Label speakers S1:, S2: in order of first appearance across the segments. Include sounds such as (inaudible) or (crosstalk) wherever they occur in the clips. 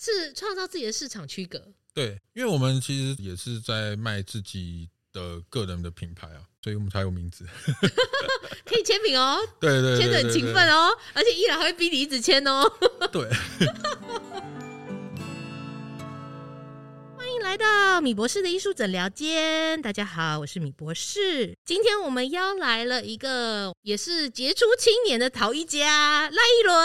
S1: 是创造自己的市场区隔。
S2: 对，因为我们其实也是在卖自己的个人的品牌啊，所以我们才有名字。 (laughs)
S1: 可以签名哦，
S2: 对对对，
S1: 签的很
S2: 对
S1: 勤奋。哦，而且依然还会逼你一直签哦。
S2: 对对，
S1: 欢迎来到米博士的艺术诊疗间，大家好，我是米博士。今天我们邀来了一个也是杰出青年的陶艺家赖一伦。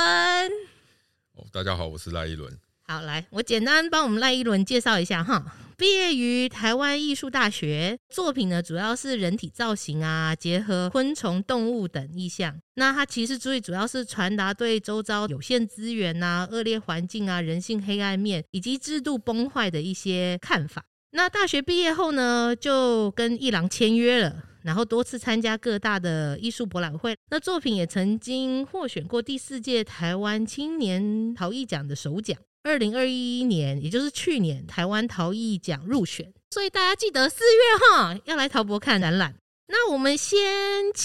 S2: 哦，大家好，我是赖一伦。
S1: 好，来，我简单帮我们赖一伦介绍一下哈。毕业于台湾艺术大学，作品呢主要是人体造型啊，结合昆虫、动物等意象。那他其实最主要是传达对周遭有限资源呐、恶劣环境啊、人性黑暗面以及制度崩坏的一些看法。那大学毕业后呢，就跟一郎签约了，然后多次参加各大的艺术博览会。那作品也曾经获选过第四届台湾青年陶艺奖的首奖。二零二一年，也就是去年台湾陶艺奖入选，所以大家记得四月哈要来陶博看展览。那我们先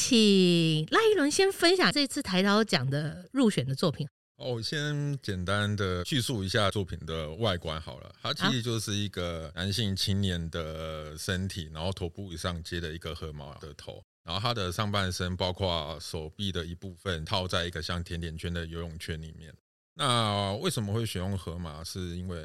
S1: 请赖一伦先分享这次台陶奖的入选的作品。
S2: 哦，我先简单的叙述一下作品的外观好了。它其实就是一个男性青年的身体，然后头部以上接了一个河马的头，然后他的上半身包括手臂的一部分套在一个像甜甜圈的游泳圈里面。那为什么会选用河马？是因为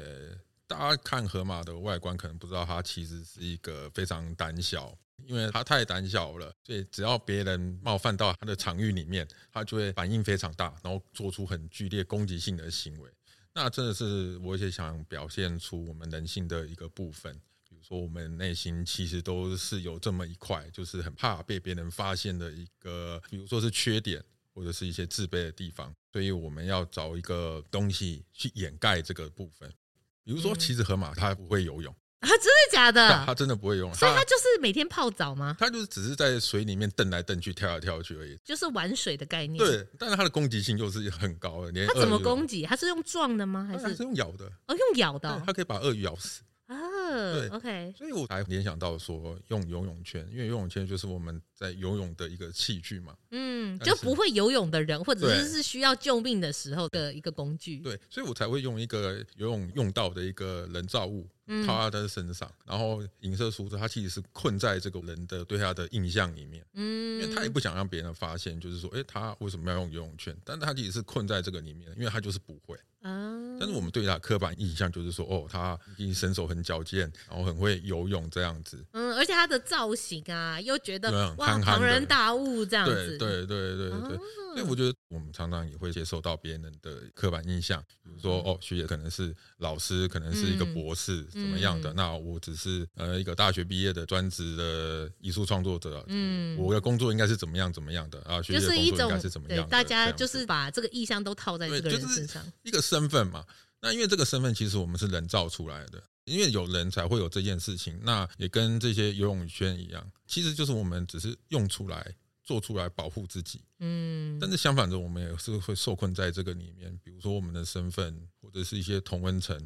S2: 大家看河马的外观，可能不知道它其实是一个非常胆小，因为它太胆小了，所以只要别人冒犯到它的场域里面，它就会反应非常大，然后做出很剧烈攻击性的行为。那真的是我也想表现出我们人性的一个部分，比如说我们内心其实都是有这么一块，就是很怕被别人发现的一个，比如说是缺点，或者是一些自卑的地方，所以我们要找一个东西去掩盖这个部分。比如说，
S1: 嗯
S2: 其实河马它不会游泳，
S1: 啊，真的假
S2: (laughs) 它它
S1: 的？
S2: 真的不会游泳，
S1: 所以他
S2: 它
S1: 就是每天泡澡吗？
S2: 它就是只是在水里面蹬来蹬去、跳来跳去而已。
S1: 就是玩水的概念。，
S2: 对，但是它的攻击性又是很高的，连
S1: 他怎么
S2: 鳄鱼都
S1: 攻？击？他是用撞的吗？还
S2: 它它
S1: 是
S2: 是用咬的，
S1: 哦用咬的
S2: 对
S1: 哦？
S2: 它可以把鳄鱼咬死。对
S1: 啊，OK，
S2: 所以我才联想到说用游泳圈，因为游泳圈就是我们在游泳的一个器具嘛。
S1: 嗯，
S2: 但是
S1: 就不会游泳的人，或者是
S2: 对
S1: 是需要救命的时候的一个工具。
S2: 对，所以我才会用一个游泳用到的一个人造物
S1: 嗯
S2: 套在他身上，然后影射出他其实是困在这个人的对他的印象里面，因
S1: 嗯，
S2: 为他也不想让别人发现，就是说，诶，他为什么要用游泳圈？但他其实是困在这个里面，因为他就是不会。
S1: 啊，
S2: 但是我们对他的刻板印象就是说，哦，他一定身手很矫健，然后很会游泳这样子。
S1: 嗯，而且它的造型啊，又觉
S2: 对
S1: 得
S2: 啊
S1: 哇
S2: 憨憨
S1: 庞
S2: 的
S1: 然大物这样
S2: 对
S1: 子，哦嗯
S2: 对对对对对。所以我觉得我们常常也会接受到别人的刻板印象，比如说哦，学姐可能是老师，可能是一个
S1: 嗯
S2: 博士，怎么样的？
S1: 嗯
S2: 那我只是呃一个大学毕业的专职的艺术创作者，
S1: 嗯
S2: 我的工作应该是怎么样怎么样的啊？学
S1: 就
S2: 姐的
S1: 是
S2: 工
S1: 一
S2: 作应
S1: 种
S2: 该是怎么样
S1: 对
S2: 的？
S1: 大
S2: 这
S1: 家
S2: 样
S1: 就
S2: 子
S1: 是把这个意象都套在
S2: 对
S1: 这个
S2: 就
S1: 人
S2: 是
S1: 身上，
S2: 一个身份嘛。那因为这个身份其实我们是人造出来的，因为有人才会有这件事情。那也跟这些游泳圈一样，其实就是我们只是用出来、做出来保护自己。
S1: 嗯
S2: 但是相反的，我们也是会受困在这个里面，比如说我们的身份，或者是一些同温层，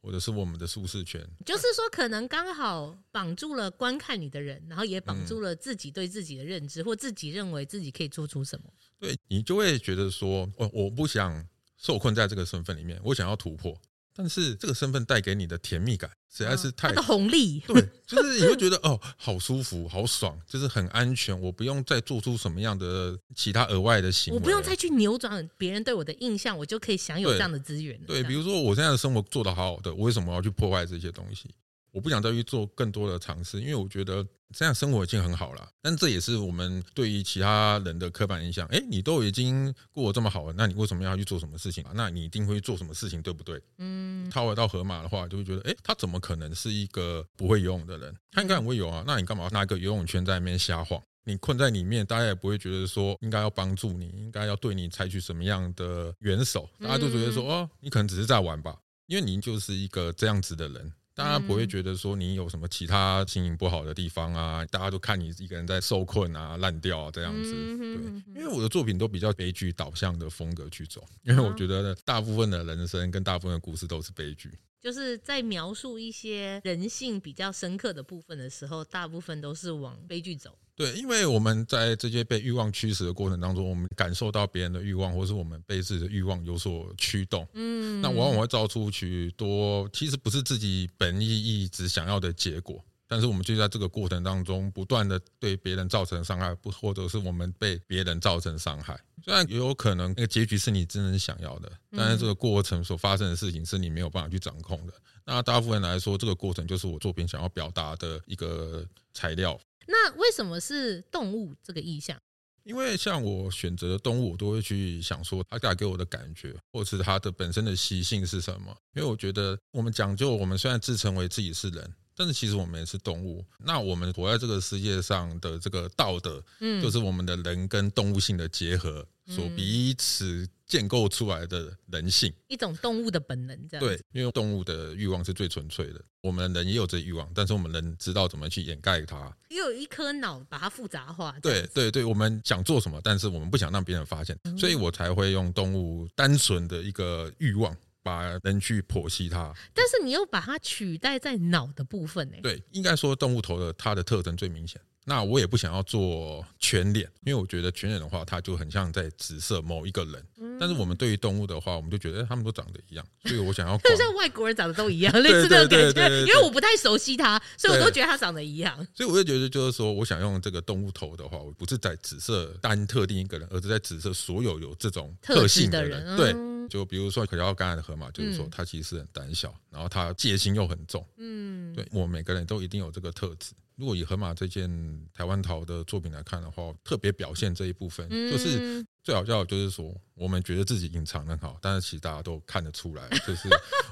S2: 或者是我们的舒适圈。
S1: 就是说可能刚好绑住了观看你的人，然后也绑
S2: 嗯
S1: 住了自己对自己的认知，或自己认为自己可以做出什么，
S2: 对你就会觉得说，我我不想受困在这个身份里面，我想要突破。但是这个身份带给你的甜蜜感实在是
S1: 它
S2: 太
S1: 的红利，
S2: 对，就是你会觉得哦，好舒服，好爽，就是很安全，我不用再做出什么样的其他额外的行为
S1: 我
S2: 了。
S1: 不用再去扭转别人对我的印象，我就可以享有
S2: 对
S1: 这样的资源了。
S2: 对，
S1: 这
S2: 比
S1: 样
S2: 如说我现在的生活做得好好的，我为什么要去破坏这些东西？我不想再去做更多的尝试，因为我觉得这样生活已经很好了。但这也是我们对于其他人的刻板印象。哎，你都已经过得这么好了，那你为什么要去做什么事情、啊？那你一定会做什么事情，对不对？
S1: 嗯
S2: 套回到河马的话，就会觉得，哎，他怎么可能是一个不会游泳的人？他应该很会游啊，那你干嘛拿个游泳圈在那边瞎晃？你困在里面，大家也不会觉得说哦应该要帮助你，应该要对你采取什么样的援手，
S1: 嗯
S2: 大家就觉得说，哦，你可能只是在玩吧，因为你就是一个这样子的人。大家不会觉得说你有什么其他经营不好的地方啊，大家都看你一个人在受困啊、烂掉啊这样子。
S1: 嗯哼
S2: 对
S1: 嗯，哼
S2: 因为我的作品都比较悲剧导向的风格去走，因为我觉得大部分的人生跟大部分的故事都是悲剧。
S1: 就是在描述一些人性比较深刻的部分的时候，大部分都是往悲剧走。
S2: 对，因为我们在这些被欲望驱使的过程当中，我们感受到别人的欲望，或是我们被自己的欲望有所驱动，
S1: 嗯，
S2: 那往往会造出许多其实不是自己本意一直想要的结果。但是我们就在这个过程当中，不断的对别人造成伤害，不或者是我们被别人造成伤害。虽然也有可能那个结局是你真正想要的，但是这个过程所发生的事情是你没有办法去掌控的。那大部分来说，这个过程就是我作品想要表达的一个材料。
S1: 那为什么是动物这个意象？
S2: 因为像我选择的动物，我都会去想说它带给我的感觉，或者是它的本身的习性是什么。因为我觉得我们讲究，我们虽然自称为自己是人，但是其实我们也是动物。那我们活在这个世界上的这个道德，
S1: 嗯，
S2: 就是我们的人跟动物性的结合所
S1: 嗯
S2: 彼此建构出来的人性。
S1: 一种动物的本能，这样
S2: 对，因为动物的欲望是最纯粹的，我们人也有这欲望，但是我们人知道怎么去掩盖它。
S1: 也有一颗脑把它复杂化。这样
S2: 对对对，我们想做什么，但是我们不想让别人发现，所以我才会用动物单纯的一个欲望。把人去剖析它，
S1: 但是你又把它取代在脑的部分欸呢、
S2: 对，应该说动物头的它的特征最明显。那我也不想要做全脸，因为我觉得全脸的话，它就很像在指涉某一个人。但是我们对于动物的话，我们就觉得、哎他们都长得一样，所以我想要
S1: 就
S2: 广
S1: 像外国人长得都一样，类似这种
S2: 对
S1: 感
S2: 对对
S1: 觉。
S2: 对
S1: 因
S2: 对
S1: 为我不太熟悉它，所以我
S2: 对
S1: 都觉得它长得一样。
S2: 所以我就觉得，就是说，我想用这个动物头的话，我不是在指涉单特定一个人，而是在指涉所有有这种特性的人。
S1: 特质的人嗯
S2: 对，就比如说可腰杆的河马，就是说
S1: 嗯
S2: 它其实很胆小，然后它戒心又很重。
S1: 嗯，
S2: 对我们每个人都一定有这个特质。如果以河马这件台湾陶的作品来看的话，特别表现这一部分，就是
S1: 嗯
S2: 最好笑的就是说，我们觉得自己隐藏得很好，但是其实大家都看得出来，就是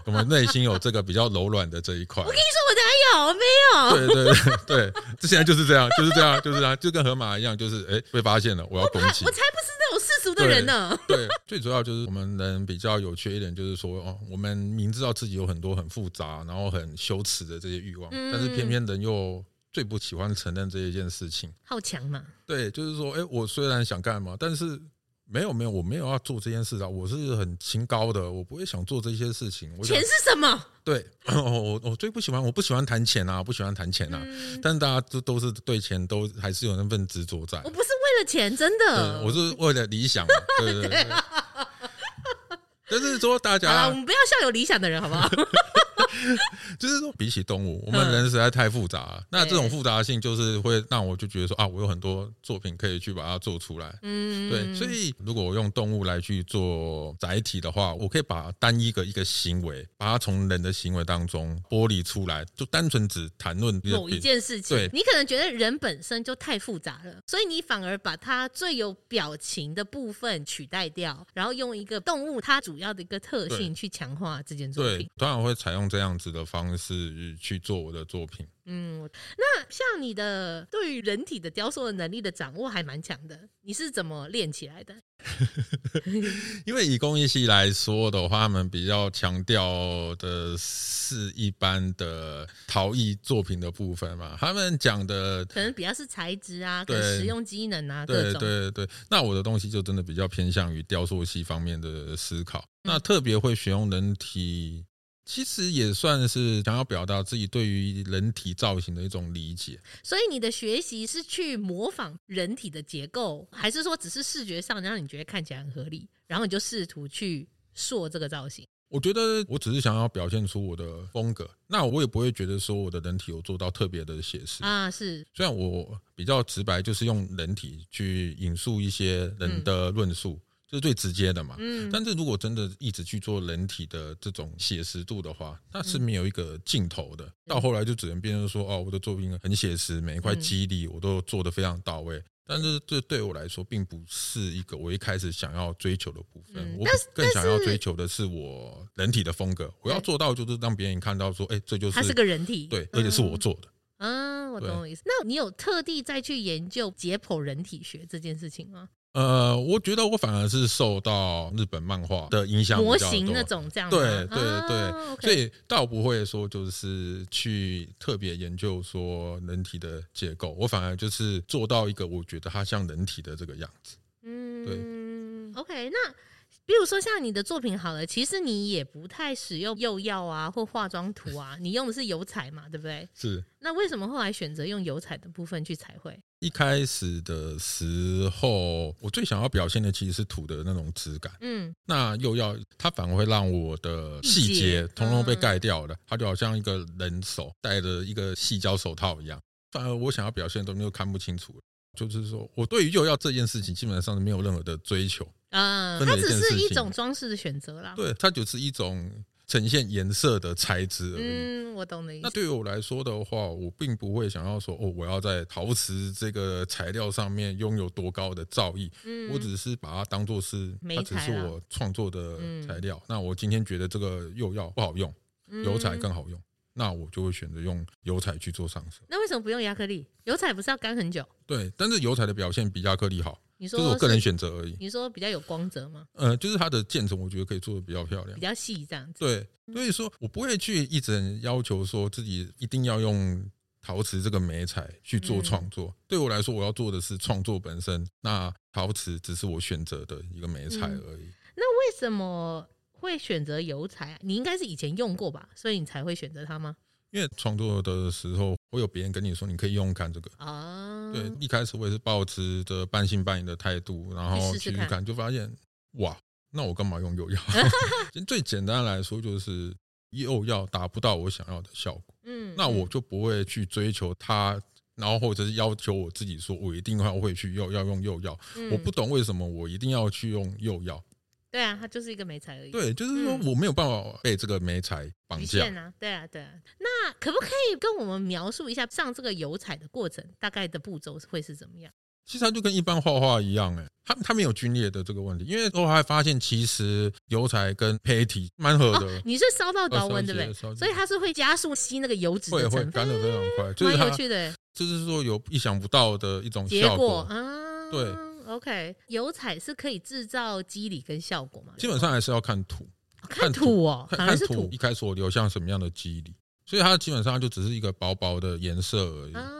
S2: 我们内心有这个比较柔软的这一
S1: (laughs)
S2: 块。
S1: 你说我哪哎有没有？
S2: 对对 (laughs) 对对，这现在就是这样，就是这样，就是这样，就跟河马一样，就是哎、被发现了，我要攻击
S1: 我。才不是那种世俗的人呢。
S2: 对，最主要就是我们人比较有缺一点，就是说哦，我们明知道自己有很多很复杂，然后很羞耻的这些欲望，但是偏偏人又最不喜欢承认这一件事情。
S1: 好强啊嘛，
S2: 对，就是说，哎、我虽然想干嘛，但是没有没有，我没有要做这件事啊，我是很清高的，我不会想做这些事情。我想
S1: 钱是什么？
S2: 对， (clears throat) 哦我我最不喜欢，我不喜欢谈钱啊，不喜欢谈钱啊。
S1: 嗯，
S2: 但大家都都是对钱都还是有那份执着在
S1: 我。不是为了钱，真的。
S2: 对，我是为了理想嘛，对对对。 (laughs) 但是说大
S1: 啊好了，我
S2: 家，
S1: 们不要笑有理想的人，好不好？
S2: 就是说比起动物，我们
S1: 嗯
S2: 人实在太复杂了。那这种复杂性就是会让我就觉得说啊，我有很多作品可以去把它做出来。
S1: 嗯，
S2: (laughs) 对，所以如果我用动物来去做载体的话，我可以把单一个一个行为，把它从人的行为当中剥离出来，就单纯只谈论这个
S1: 某一
S2: 病
S1: 件事情
S2: 对，
S1: 你可能觉得人本身就太复杂了，所以你反而把它最有表情的部分取代掉，然后用一个动物它主要的一个特性去强化这件作
S2: 对
S1: 品。，
S2: 通常会采用这样子的方式去做我的作品。
S1: 嗯，那像你的对于人体的雕塑的能力的掌握还蛮强的，你是怎么练起来的？
S2: 因为以工艺系来说的话，他们比较强调的是一般的陶艺作品的部分嘛，他们讲的。
S1: 可能比较是材质啊，
S2: 对
S1: 跟实用机能啊各
S2: 对
S1: 种。
S2: 对对，那我的东西就真的比较偏向于雕塑系方面的思考。那
S1: 嗯
S2: 特别会选用人体，其实也算是想要表达自己对于人体造型的一种理解。
S1: 所以你的学习是去模仿人体的结构，还是说只是视觉上让你觉得看起来很合理，然后你就试图去塑这个造型？
S2: 我觉得我只是想要表现出我的风格，那我也不会觉得说我的人体有做到特别的写实。
S1: 啊，是，
S2: 虽然我比较直白，就是用人体去引述一些人的论述，这、是最直接的嘛。
S1: 嗯，
S2: 但是如果真的一直去做人体的这种写实度的话，那是没有一个尽头的。到后来就只能变成说，哦，我的作品很写实，每一块
S1: 嗯
S2: 肌理我都做得非常到位。但是这对我来说，并不是一个我一开始想要追求的部分。
S1: 嗯
S2: 我
S1: 但是
S2: 更想要
S1: 但是
S2: 追求的是我人体的风格。我要
S1: 对
S2: 做到就是让别人看到说，哎、这就
S1: 它是
S2: 是
S1: 个人体，
S2: 对，而且是我
S1: 嗯。
S2: 做的。
S1: 嗯，我懂
S2: 对
S1: 我意思。那你有特地再去研究解剖人体学这件事情吗？
S2: 呃，我觉得我反而是受到日本漫画的影响比
S1: 模
S2: 较
S1: 型
S2: 多
S1: 那，种这样吗
S2: 对对对，
S1: 嗯啊
S2: 所
S1: ，OK，
S2: 以倒不会说就是去特别研究说人体的结构，我反而就是做到一个我觉得它像人体的这个样子。
S1: 嗯，OK，那比如说像你的作品好了，其实你也不太使用釉药啊或化妆图啊，你用的是油彩嘛，对不对？
S2: 是
S1: 那为什么后来选择用油彩的部分去彩绘？
S2: 一开始的时候，我最想要表现的其实是土的那种质感。
S1: 嗯，
S2: 那又要它反而会让我的细
S1: 细
S2: 节
S1: 节
S2: 通通被
S1: 嗯
S2: 盖掉了，它就好像一个人手戴着一个细胶手套一样，反而我想要表现的东西就看不清楚了。就是说我对于又要这件事情基本上是没有任何的追求，
S1: 啊、
S2: 真的
S1: 它
S2: 一
S1: 只
S2: 件
S1: 是
S2: 事
S1: 一
S2: 情
S1: 种装饰的选择啦。
S2: 对，它就是一种呈现颜色的材质而已。
S1: 嗯，我懂的意
S2: 那
S1: 思。
S2: 对于我来说的话，我并不会想要说哦，我要在陶瓷这个材料上面拥有多高的造诣，
S1: 嗯，
S2: 我只是把它当做是，
S1: 媒
S2: 它只
S1: 材
S2: 是
S1: 啦嗯
S2: 我创作的材料。那我今天觉得这个釉药不好用，油彩
S1: 嗯
S2: 更好用，那我就会选择用油彩去做上色。
S1: 那为什么不用亚克力？油彩不是要干很久？
S2: 对，但是油彩的表现比亚克力好，
S1: 你
S2: 这
S1: 说
S2: 是我个人选择而已。
S1: 你说比较有光泽吗？
S2: 呃，就是它的渐层，我觉得可以做的比较漂亮
S1: 比。较细这样子。
S2: 啊对，所以说我不会去一直很要求说自己一定要用陶瓷这个媒材去做
S1: 嗯
S2: 创作。对我来说，我要做的是创作本身，那陶瓷只是我选择的一个媒材
S1: 嗯
S2: 而已。
S1: 那为什么会选择油彩啊？你应该是以前用过吧，所以你才会选择它吗？
S2: 因为创作的时候，会有别人跟你说你可以用用看这个。
S1: 啊，
S2: 对，一开始我也是抱持着半信半疑的态度，然后
S1: 去试
S2: 去
S1: 试看
S2: 看，就发现哇，那我干嘛用
S1: (laughs)
S2: 釉药？最简单来说就是釉药达不到我想要的效果，
S1: 嗯，嗯
S2: 那我就不会去追求它，然后或者是要求我自己说，我一定要会去釉要用釉药。我不
S1: 嗯
S2: 懂为什么我一定要去用釉药，
S1: 对啊，它就是一个美彩而已。
S2: 对，就是说
S1: 嗯
S2: 我没有办法被这个媒材绑
S1: 局
S2: 架
S1: 限。啊，对啊，对啊。那可不可以跟我们描述一下上这个油彩的过程，大概的步骤会是怎么样？
S2: 其实它就跟一般画画一样、欸，哎，它它没有皲裂的这个问题，因为我还发现其实油彩跟胚体蛮合的，
S1: 哦你是烧到高温，对不
S2: 烧起来烧
S1: 对？
S2: 起
S1: 所以它是会加速吸那个油脂
S2: 会
S1: 的
S2: 会
S1: 成分，
S2: 干得非常快，就是
S1: 蛮
S2: 它
S1: 有趣的欸
S2: 就是说有意想不到的一种
S1: 结
S2: 效
S1: 果
S2: 果。
S1: 啊。
S2: 对
S1: ，OK，油彩是可以制造肌理跟效果嘛？
S2: 基本上还是要看土，
S1: 哦看土哦，
S2: 看
S1: 反而
S2: 看
S1: 是
S2: 土一开始我留下什么样的肌理，所以它基本上就只是一个薄薄的颜色而已。
S1: 啊。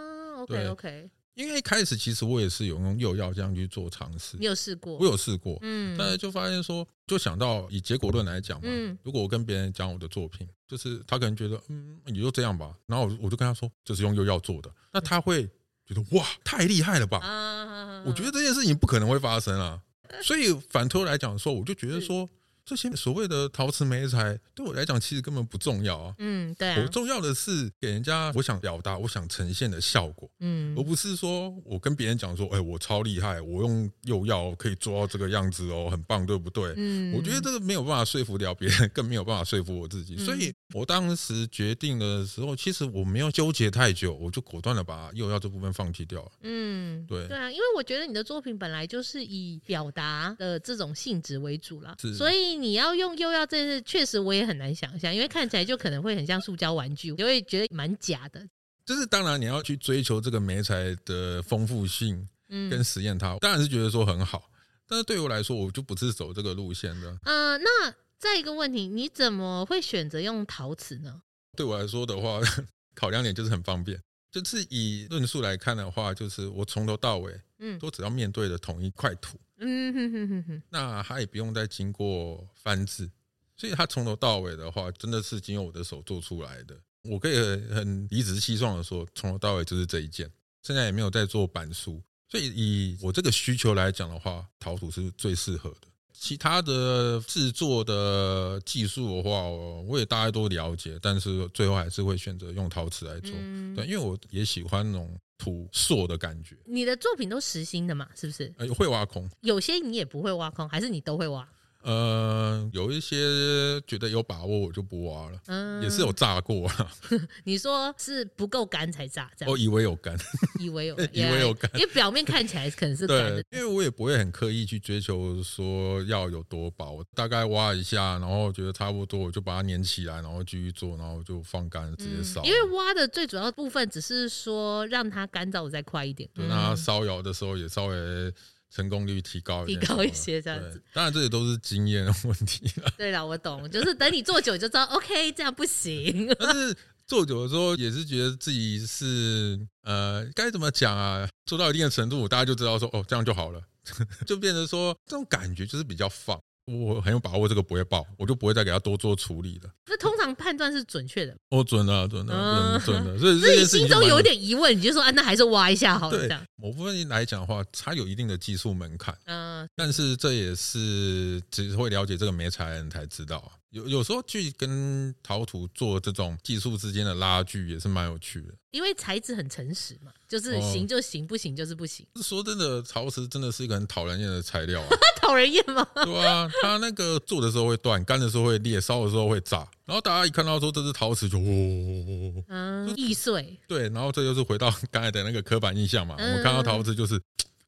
S1: OK
S2: 对
S1: OK，
S2: 因为一开始其实我也是有用釉药这样去做尝试
S1: 你，有试过？
S2: 我有试过，
S1: 嗯，
S2: 但是就发现说，就想到以结果论来讲嘛，
S1: 嗯
S2: 如果我跟别人讲我的作品，就是他可能觉得，嗯，也就这样吧。然后我我就跟他说，这是用釉药做的，那他会觉得哇，太厉害了吧？
S1: 啊，
S2: 我觉得这件事情不可能会发生啊。所以反推来讲说，我就觉得说，这些所谓的陶瓷媒材对我来讲其实根本不重要啊。
S1: 嗯，对
S2: 我
S1: 啊，
S2: 重要的是给人家我想表达、我想呈现的效果，
S1: 嗯
S2: 而，不是说我跟别人讲说，哎、我超厉害，我用釉药可以做到这个样子哦，很棒，对不对？
S1: 嗯
S2: 我觉得这个没有办法说服了别人， (laughs) 更没有办法说服我自己。
S1: 嗯
S2: 所以我当时决定的时候，其实我没有纠结太久，我就果断的把釉药这部分放弃掉了。
S1: 嗯，
S2: 对
S1: 对啊，因为我觉得你的作品本来就是以表达的这种性质为主啦
S2: 是，
S1: 所以你要用釉药这件事，确实我也很难想象，因为看起来就可能会很像塑胶玩具，我就会觉得蛮假的。
S2: 就是当然你要去追求这个媒材的丰富性跟
S1: 嗯
S2: 实验它，当然是觉得说很好。但是对我来说，我就不是走这个路线的。
S1: 呃，那再一个问题，你怎么会选择用陶瓷呢？
S2: 对我来说的话，考量点就是很方便。就是以论述来看的话，就是我从头到尾
S1: 嗯
S2: 都只要面对的同一块土，
S1: 嗯哼哼哼哼，
S2: 那它也不用再经过翻制，所以它从头到尾的话，真的是经由我的手做出来的。我可以很很理直气壮的说，从头到尾就是这一件，现在也没有在做板书，所以以我这个需求来讲的话，陶土是最适合的。其他的制作的技术的话，我我也大概都了解，但是最后还是会选择用陶瓷来做，
S1: 嗯
S2: 对，因为我也喜欢那种土塑的感觉，
S1: 你的作品都实心的嘛，是不是？
S2: 呃，会挖空。
S1: 有些你也不会挖空，还是你都会挖？
S2: 呃，有一些觉得有把握，我就不挖了，
S1: 嗯，啊
S2: 也是有。炸过啦，
S1: 你说是不够干才炸，这样
S2: (laughs) 我以为有干，
S1: 以为
S2: (laughs)
S1: 有
S2: 哦以为有干
S1: 因为表面看起来可能是啊干的
S2: 对，，因为我也不会很刻意去追求说要有多薄，我大概挖一下，然后觉得差不多，我就把它粘起来，然后继续做，然后就放干，直接烧。
S1: 嗯因为挖的最主要部分只是说让它干燥得再快一点，嗯
S2: 对，那它烧窑的时候也稍微成功率提高一点，
S1: 提高一些这样
S2: 对
S1: 子。
S2: 当然这也都是经验的问题啦，
S1: 对了，我懂，就是等你做久就知道，OK，这样不行。 (laughs)
S2: 但是做久了之后，也是觉得自己是呃，该怎么讲啊？ (laughs) 做到一定的程度，大家就知道说，哦，这样就好了，就变成说这种感觉就是比较放。我很有把握这个不会爆，我就不会再给他多做处理了。
S1: 这通常判断是准确的，
S2: 哦，准了，准了，
S1: 嗯
S2: 准准了，所以
S1: 所
S2: 这
S1: 以
S2: 件
S1: 你
S2: 事
S1: 心
S2: 情
S1: 中
S2: 就蛮
S1: 有一点疑问，你就说啊，那还是挖一下好了，这
S2: 对
S1: 样。
S2: 某部分来讲的话，它有一定的技术门槛，
S1: 嗯、
S2: 但是这也是只会了解这个没才的人才知道啊。有有时候去跟陶土做这种技术之间的拉锯也是蛮有趣的。
S1: 因为材质很诚实嘛，就是
S2: 哦
S1: 行就行，不行就是不行，
S2: 说真的，陶瓷真的是一个很讨人厌的材料啊， (laughs)
S1: 那讨人厌吗？
S2: 对啊，它那个做的时候会断，干的时候会裂，烧的时候会炸，然后大家一看到说这是陶瓷就哦
S1: 嗯，易碎，
S2: 对，然后这就是回到刚才的那个刻板印象
S1: 嗯
S2: 嘛，我们看到陶瓷就是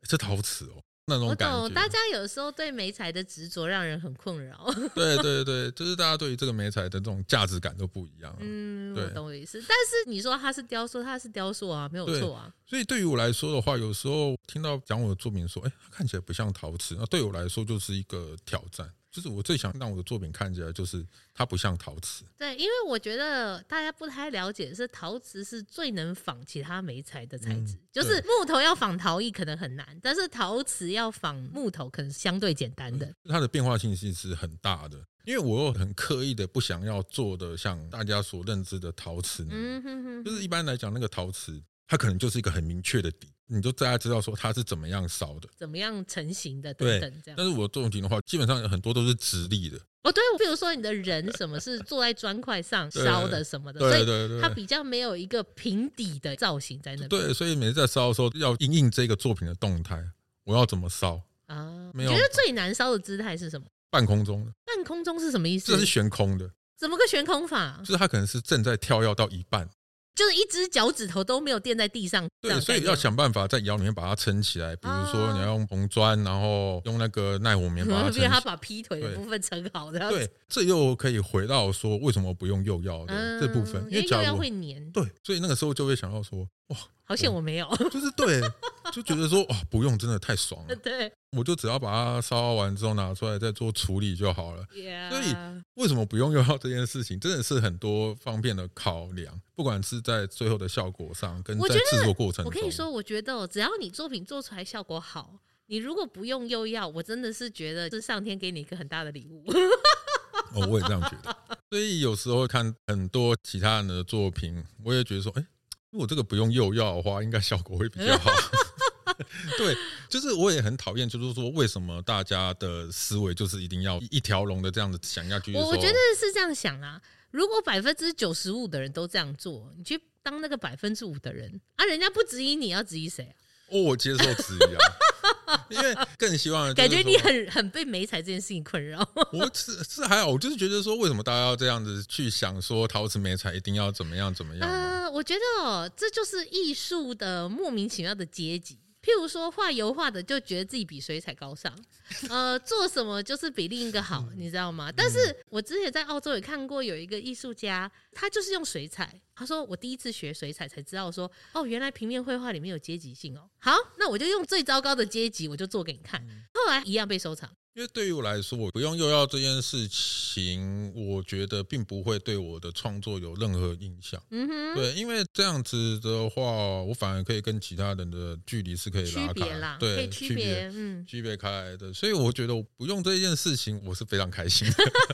S2: 这陶瓷哦。那种
S1: 我
S2: 感
S1: 懂。
S2: 觉，
S1: 大家有时候对美材的执着让人很困
S2: (laughs)
S1: 扰。
S2: 对对对，就是大家对于这个美材的这种价值感都不一样啊、
S1: 嗯，
S2: 对
S1: 我懂我意思。但是你说它是雕塑，它是雕塑啊，没有
S2: 对
S1: 错啊。
S2: 所以对于我来说的话，有时候听到讲我的作品说，哎，它看起来不像陶瓷，那对我来说就是一个挑战。就是我最想让我的作品看起来就是它不像陶瓷。
S1: 对，因为我觉得大家不太了解，是陶瓷是最能仿其他媒材的材质，
S2: 嗯
S1: 就是木头要仿陶艺可能很难，但是陶瓷要仿木头可能相对简单的。
S2: 它的变化性其实是很大的。因为我又很刻意的不想要做的像大家所认知的陶瓷那样，
S1: 嗯哼哼，
S2: 就是一般来讲那个陶瓷，它可能就是一个很明确的底，你就大家知道说它是怎么样烧的。
S1: 怎么样成型的等
S2: 对
S1: 等这样。
S2: 但是我这种型的话，基本上很多都是直立的，
S1: 哦，对，比如说你的人什么是坐在砖块上
S2: 对
S1: 烧的什么的，所
S2: 对
S1: 以
S2: 对对
S1: 它比较没有一个平底的造型在那边
S2: 对，所以每次在烧的时候要因应这个作品的动态，我要怎么烧，
S1: 啊。
S2: 没
S1: 你
S2: 有
S1: 觉得最难烧的姿态是什么？
S2: 半空中的，
S1: 半空中是什么意思
S2: 这？是悬空的，
S1: 怎么个悬空法
S2: 就？是它可能是正在跳跃到一半，
S1: 就是一只脚趾头都没有垫在地上，这
S2: 对，
S1: 样
S2: 所以
S1: 概念 (laughs)
S2: 要想办法在窑里面把它撑起来，比如说
S1: 啊
S2: 你要用红砖，然后用那个耐火棉把它
S1: 嗯
S2: 撑
S1: 比
S2: 起
S1: 如他
S2: 来。
S1: 把劈腿的
S2: 对
S1: 部分撑好，然后
S2: 对，这又可以回到说为什么不用釉药的
S1: 嗯
S2: 这部分，
S1: 因为
S2: 假
S1: 又要
S2: 如
S1: 会粘，
S2: 对，所以那个时候就会想到 (laughs) 说，哇，
S1: 好险我没有。
S2: 就是对，就觉得说哇，不用真的太爽
S1: (laughs)
S2: 了，
S1: 对
S2: 我就只要把它烧完之后拿出来再做处理就好了。
S1: ，Yeah，
S2: 所以为什么不用用到这件事情，真的是很多方面的考量，不管是在最后的效果上，跟
S1: 我
S2: 在
S1: 觉
S2: 制作过程
S1: 我
S2: 中。
S1: 跟你说，我觉得哦只要你作品做出来效果好，你如果不用又要，我真的是觉得是上天给你一个很大的礼物。
S2: (laughs) 哦，我也这样觉得。所以有时候看很多其他人的作品，我也觉得说，哎、如果这个不用釉药的话，应该效果会比较
S1: (laughs)
S2: 好。对，就是我也很讨厌，就是说为什么大家的思维就是一定要一一条龙的这样子想下去？
S1: 我
S2: 就是
S1: 我
S2: 说
S1: 觉得是这样想啊，如果百分之九十五的人都这样做，你去当那个百分之五的人啊，人家不质疑你，要质疑谁啊？
S2: 哦，我接受质疑啊，因为更希望的就是
S1: 感觉你
S2: 说
S1: 很很被美彩这件事情困扰。
S2: 我是是还好，我就是觉得说，为什么大家要这样子去想说陶瓷美彩一定要怎么样怎么样啊嘛？
S1: 呃，我觉得哦，这就是艺术的莫名其妙的阶级。譬如说，画油画的就觉得自己比水彩高 (laughs) 尚，呃，做什么就是比另一个好，你知道吗？但是我之前在澳洲也看过有一个艺术家，他就是用水彩。他说：“我第一次学水彩才知道说，哦，原来平面绘画里面有阶级性哦。好，那我就用最糟糕的阶级，我就做给你看。后来一样被收藏。
S2: 因为对于我来说，我不用又要这件事情，我觉得并不会对我的创作有任何影响。
S1: 嗯哼，
S2: 对，因为这样子的话，我反而可以跟其他人的距离是可以
S1: 区
S2: 拉
S1: 别
S2: 开，
S1: 啦，可
S2: 对，
S1: 以区别，嗯。”
S2: 区别开来的。所以我觉得我不用这件事情，我是非常开心的。
S1: (laughs)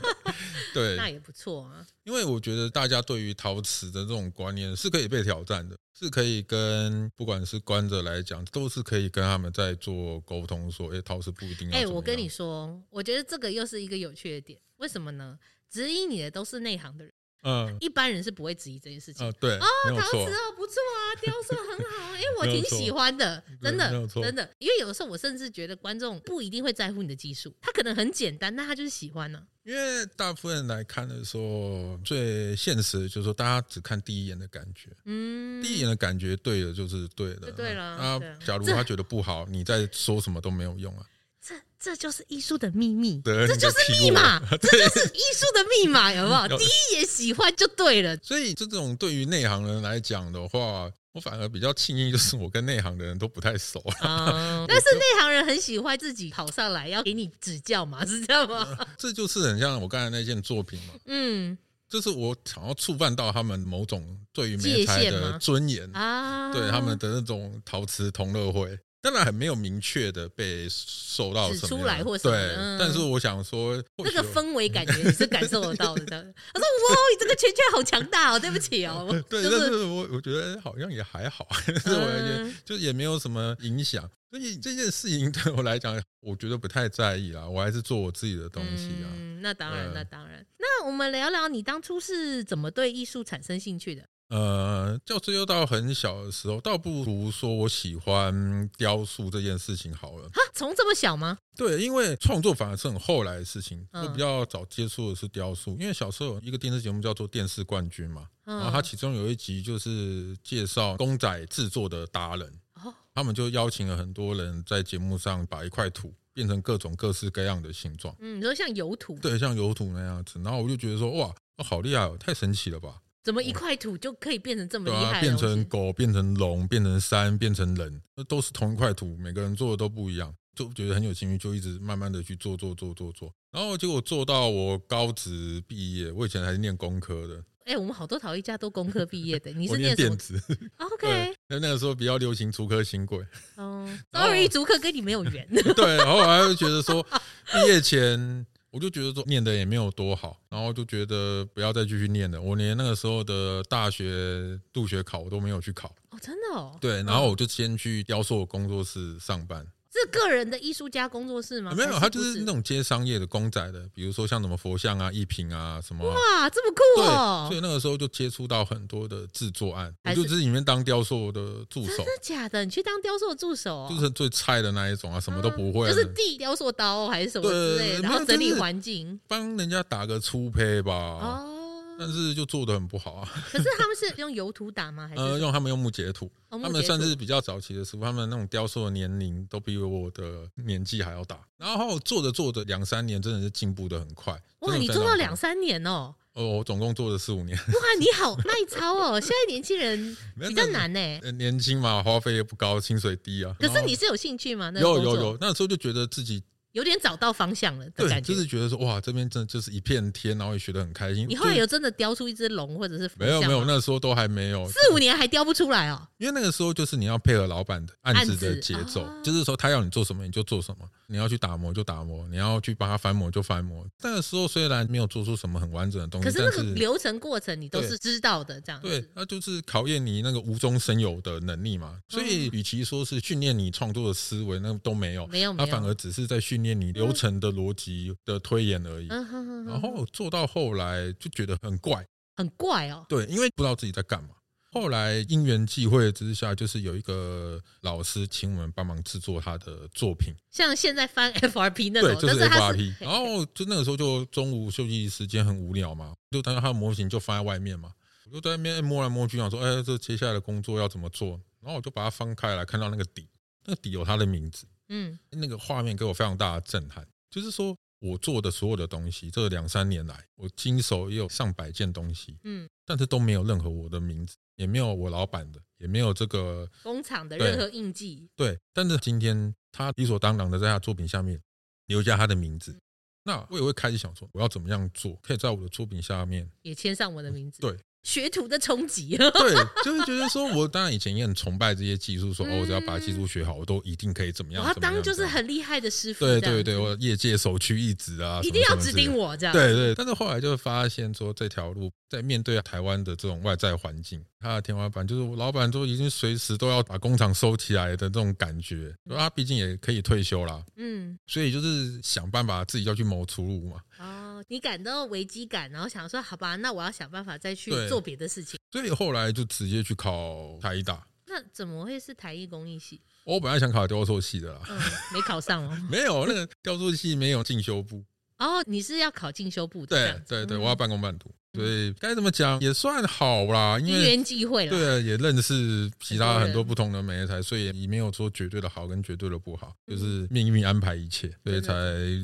S2: 对，
S1: 那也不错啊，
S2: 因为我觉得大家对于陶瓷的这种观念是可以被挑战的，是可以跟不管是观者来讲，都是可以跟他们在做沟通，说，哎、陶瓷不一定要。
S1: 哎、我跟你，说，我觉得这个又是一个有趣的点，为什么呢？质疑你的都是内行的人，
S2: 嗯
S1: 一般人是不会质疑这件事情。
S2: 呃，对，没有
S1: 陶瓷
S2: 错，
S1: 哦，不错啊，雕塑很好，哎、我
S2: 没有
S1: 挺
S2: 错
S1: 喜欢的，
S2: 对
S1: 真
S2: 没
S1: 的
S2: 有，错
S1: 真的。因为有的时候我甚至觉得观众不一定会在乎你的技术，他可能很简单，但他就是喜欢啊呢、
S2: 因为大部分人来看的时候，最现实的就是说，大家只看第一眼的感觉，
S1: 嗯，
S2: 第一眼的感觉对了就是对的，
S1: 就对了
S2: 啊
S1: 对啊，
S2: 假如他觉得不好，你再说什么都没有用啊。
S1: 这这就是艺术的秘密，
S2: 对
S1: 这
S2: 你
S1: 就
S2: 在
S1: 是
S2: 踢
S1: 密
S2: 我
S1: 码，
S2: (laughs)
S1: 这就是艺术的密码，有没有？
S2: 要
S1: 第一眼喜欢就对
S2: (laughs)
S1: 了，
S2: 所以这种对于内行人来讲的话，我反而比较庆幸，就是我跟内行的人都不太熟。
S1: 啊、但是内行人很喜欢自己跑上来要给你指教嘛，是这样吗？
S2: 这就是很像我刚才那件作品嘛，
S1: 嗯
S2: 就是我想要触犯到他们某种对于
S1: 界
S2: 美才
S1: 限吗
S2: 的尊严，
S1: 啊，
S2: 对他们的那种陶瓷同乐会。当然很没有明确的被受到
S1: 指
S2: 什么
S1: 出
S2: 样
S1: 来
S2: 的
S1: 或什
S2: 对
S1: 么的，嗯
S2: 但是我想说，或
S1: 那
S2: 许
S1: 个
S2: 有
S1: 氛围感觉你是感受得到的。 (laughs) 这样他说：“哇，你这个圈圈好强大哦，对不起哦。我”
S2: (laughs) 对，
S1: 就
S2: 但
S1: 是
S2: 是我我觉得好像也还好，但是我也觉得
S1: 嗯
S2: 就也没有什么影响。所以这件事情对我来讲，我觉得不太在意啦，我还是做我自己的东西啊。
S1: 嗯，那当然，
S2: 嗯
S1: 那当然。那我们聊聊你当初是怎么对艺术产生兴趣的？
S2: 呃，要追究到很小的时候，倒不如说我喜欢雕塑这件事情好了。
S1: 哈，从这么小吗？
S2: 对，因为创作反而是很后来的事情，
S1: 嗯
S2: 我比较早接触的是雕塑，因为小时候有一个电视节目叫做《电视冠军》嘛，
S1: 嗯
S2: 然后它啊其中有一集就是介绍公仔制作的达人，
S1: 哦，
S2: 他们就邀请了很多人在节目上把一块土变成各种各式各样的形状，
S1: 嗯，你说像油土，
S2: 对，像油土那样子。然后我就觉得说，哇，哦、好厉害哦，太神奇了吧！
S1: 怎么一块土就可以变成这么
S2: 对
S1: 厉
S2: 啊，
S1: 害的
S2: 变
S1: 东西？
S2: 成狗，变成龙，变成山，变成人，那都是同一块土，每个人做的都不一样，就觉得很有兴趣，就一直慢慢的去做做做做做。然后结果做到我高职毕业，我以前还是念工科的，
S1: 哎、我们好多陶艺家都工科毕业的，你
S2: 我
S1: 是念什
S2: 哦电
S1: 么
S2: 子， (laughs)
S1: ？OK，
S2: 对，那那个时候比较流行竹科新贵， (laughs)
S1: 哦
S2: 然后
S1: ，Sorry，竹科跟你没有缘。 (laughs)
S2: 对，然后我还会觉得说，毕业前我就觉得说念的也没有多好，然后就觉得不要再继续念了。我连那个时候的大学入学考我都没有去考，
S1: 哦，真的哦，
S2: 对，然后我就先去雕塑工作室上班。
S1: 是个人的艺术家工作室吗？
S2: 没有，
S1: 还
S2: 它就
S1: 不
S2: 是那种接商业的公仔的，比如说像什么佛像啊、艺品啊什么啊。
S1: 哇，这么
S2: 对
S1: 酷，
S2: 所
S1: 哦，
S2: 以那个时候就接触到很多的制作案，
S1: 还
S2: 我
S1: 是
S2: 就自己里面当雕塑的助手，
S1: 真的假的？你去当雕塑助手、哦，
S2: 就是最菜的那一种啊，什么都不会
S1: 嗯就
S2: 的，
S1: 是递雕塑刀还是什么之类的，
S2: 对
S1: 然
S2: 呃没
S1: 后
S2: 有
S1: 整理
S2: 就是
S1: 环境
S2: 帮人家打个粗胚吧。
S1: 哦。
S2: 但是就做的很不好啊，
S1: 可是他们是用油涂打吗？还是
S2: 呃，用他们用木截图，
S1: 哦
S2: 他
S1: 木
S2: 们
S1: 结
S2: 算
S1: 土
S2: 是比较早期的师傅，他们那种雕塑的年龄都比我的年纪还要大。然后做着做着两三年，真的是进步的很快。
S1: 哇？
S2: 真
S1: 你
S2: 的非
S1: 做到
S2: 常
S1: 两
S2: 快
S1: 三年哦，
S2: 哦，我总共做了四五年， (laughs)
S1: 哇，你好耐操哦！现在年轻人
S2: 没有
S1: 比较。难呢、
S2: 那呃年轻嘛，花费也不高，薪水低啊。
S1: 可是
S2: 然后
S1: 你是有兴趣吗？那个
S2: 有
S1: 工
S2: 有
S1: 作
S2: 有，那时候就觉得自己
S1: 有点找到方向了的
S2: 对，
S1: 感觉。
S2: 就是觉得说哇，这边真的就是一片天，然后也学得很开心。
S1: 你后来
S2: 就
S1: 有真的雕出一只龙或者是佛
S2: 没有
S1: 像
S2: 没有？
S1: 吗
S2: 那时候都还没有，
S1: 四五年还雕不出来哦，
S2: 因为那个时候就是你要配合老板的案子的节奏
S1: 案子，哦
S2: 就是说他要你做什么你就做什么，你要去打磨就打磨，你要去帮他翻模就翻模。那个时候虽然没有做出什么很完整的东西，
S1: 可是
S2: 但
S1: 那个
S2: 是
S1: 流程过程你都
S2: 对
S1: 是知道的，这样
S2: 对
S1: 子，
S2: 那就是考验你那个无中生有的能力嘛。所以，与其说是训练你创作的思维，那都没有，
S1: 哦没有没
S2: 它
S1: 有，
S2: 反而只是在训练你流程的逻辑的推演而已。
S1: 嗯哼哼哼
S2: 然后做到后来就觉得很怪，
S1: 很怪哦，
S2: 对，因为不知道自己在干嘛。后来因缘际会之下，就是有一个老师请我们帮忙制作他的作品，
S1: 像现在
S2: (laughs)
S1: 翻 FRP 那
S2: 对，
S1: 种，
S2: 就
S1: 但
S2: 是
S1: 是它
S2: FRP。
S1: (laughs)
S2: 然后就那个时候就中午休息时间很无聊嘛，就当他的模型就放在外面嘛，我就在那边摸来摸去，想说，哎，这接下来的工作要怎么做？然后我就把它翻开来，看到那个底，那个底有他的名字，
S1: 嗯
S2: 那个画面给我非常大的震撼，就是说。我做的所有的东西，这两三年来，我经手也有上百件东西，
S1: 嗯，
S2: 但是都没有任何我的名字，也没有我老板的，也没有这个
S1: 工厂的
S2: 对
S1: 任何印记，
S2: 对。但是今天他理所当然的在他作品下面留下他的名
S1: 嗯
S2: 字，那我也会开始想说，我要怎么样做，可以在我的作品下面，
S1: 也签上我的名字。
S2: 对，
S1: 学徒的冲击，
S2: 对，就是觉得说我当然以前也很崇拜这些技术，说哦，我只要把技术学好，我都一定可以怎么
S1: 我
S2: 样。
S1: 要
S2: 怎么样
S1: 嗯当就
S2: 怎
S1: 是
S2: 么样
S1: 很厉害的师傅。
S2: 对
S1: 这样子
S2: 对对，我业界首屈一指啊，
S1: 一
S2: 什
S1: 定
S2: 么
S1: 要
S2: 什么
S1: 指
S2: 之类
S1: 定
S2: 的
S1: 我这样。
S2: 对对，但是后来就发现说，这条路在面对台湾的这种外在环境，它的天花板就是我老板都已经随时都要把工厂收起来的这种感觉。他毕竟也可以退休啦，
S1: 嗯，
S2: 所以就是想办法自己要去谋出路嘛。
S1: 哦，你感到危机感，然后想说，好吧，那我要想办法再去
S2: 对
S1: 做别的事情。
S2: 所以后来就直接去考台艺大。
S1: 那怎么会是台艺工艺系？
S2: 我本来想考雕塑系的啦， (laughs)
S1: 嗯，没考上哦。 (laughs)
S2: 没有那个雕塑系没有进修部。
S1: 哦，你是要考进修部的？ (laughs) 这
S2: 对
S1: 样子
S2: 对对，
S1: 嗯
S2: 我要半工半读，所以该怎么讲也算好啦，因
S1: 因
S2: 为
S1: 缘际会了。
S2: 对啊，也认识其
S1: 很多
S2: 他
S1: 人
S2: 很多不同的美才，所以也没有说绝对的好跟绝对的不好，
S1: 嗯
S2: 就是命运安排一切，所以才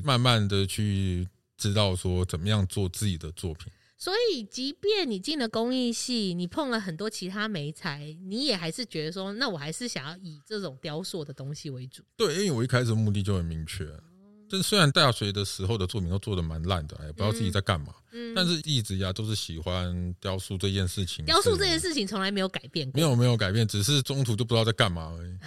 S2: 慢慢的去知道说怎么样做自己的作品。
S1: 所以，即便你进了工艺系，你碰了很多其他媒材，你也还是觉得说，那我还是想要以这种雕塑的东西为主。
S2: 对，因为我一开始目的就很明确，这虽然大学的时候的作品都做的蛮烂的，哎也不知道自己在干嘛，
S1: 嗯
S2: 但是一直呀都是喜欢雕塑这件事情。
S1: 雕塑这件事情从来没有改变过。
S2: 没有没有改变，只是中途就不知道在干嘛
S1: (laughs)
S2: 而已。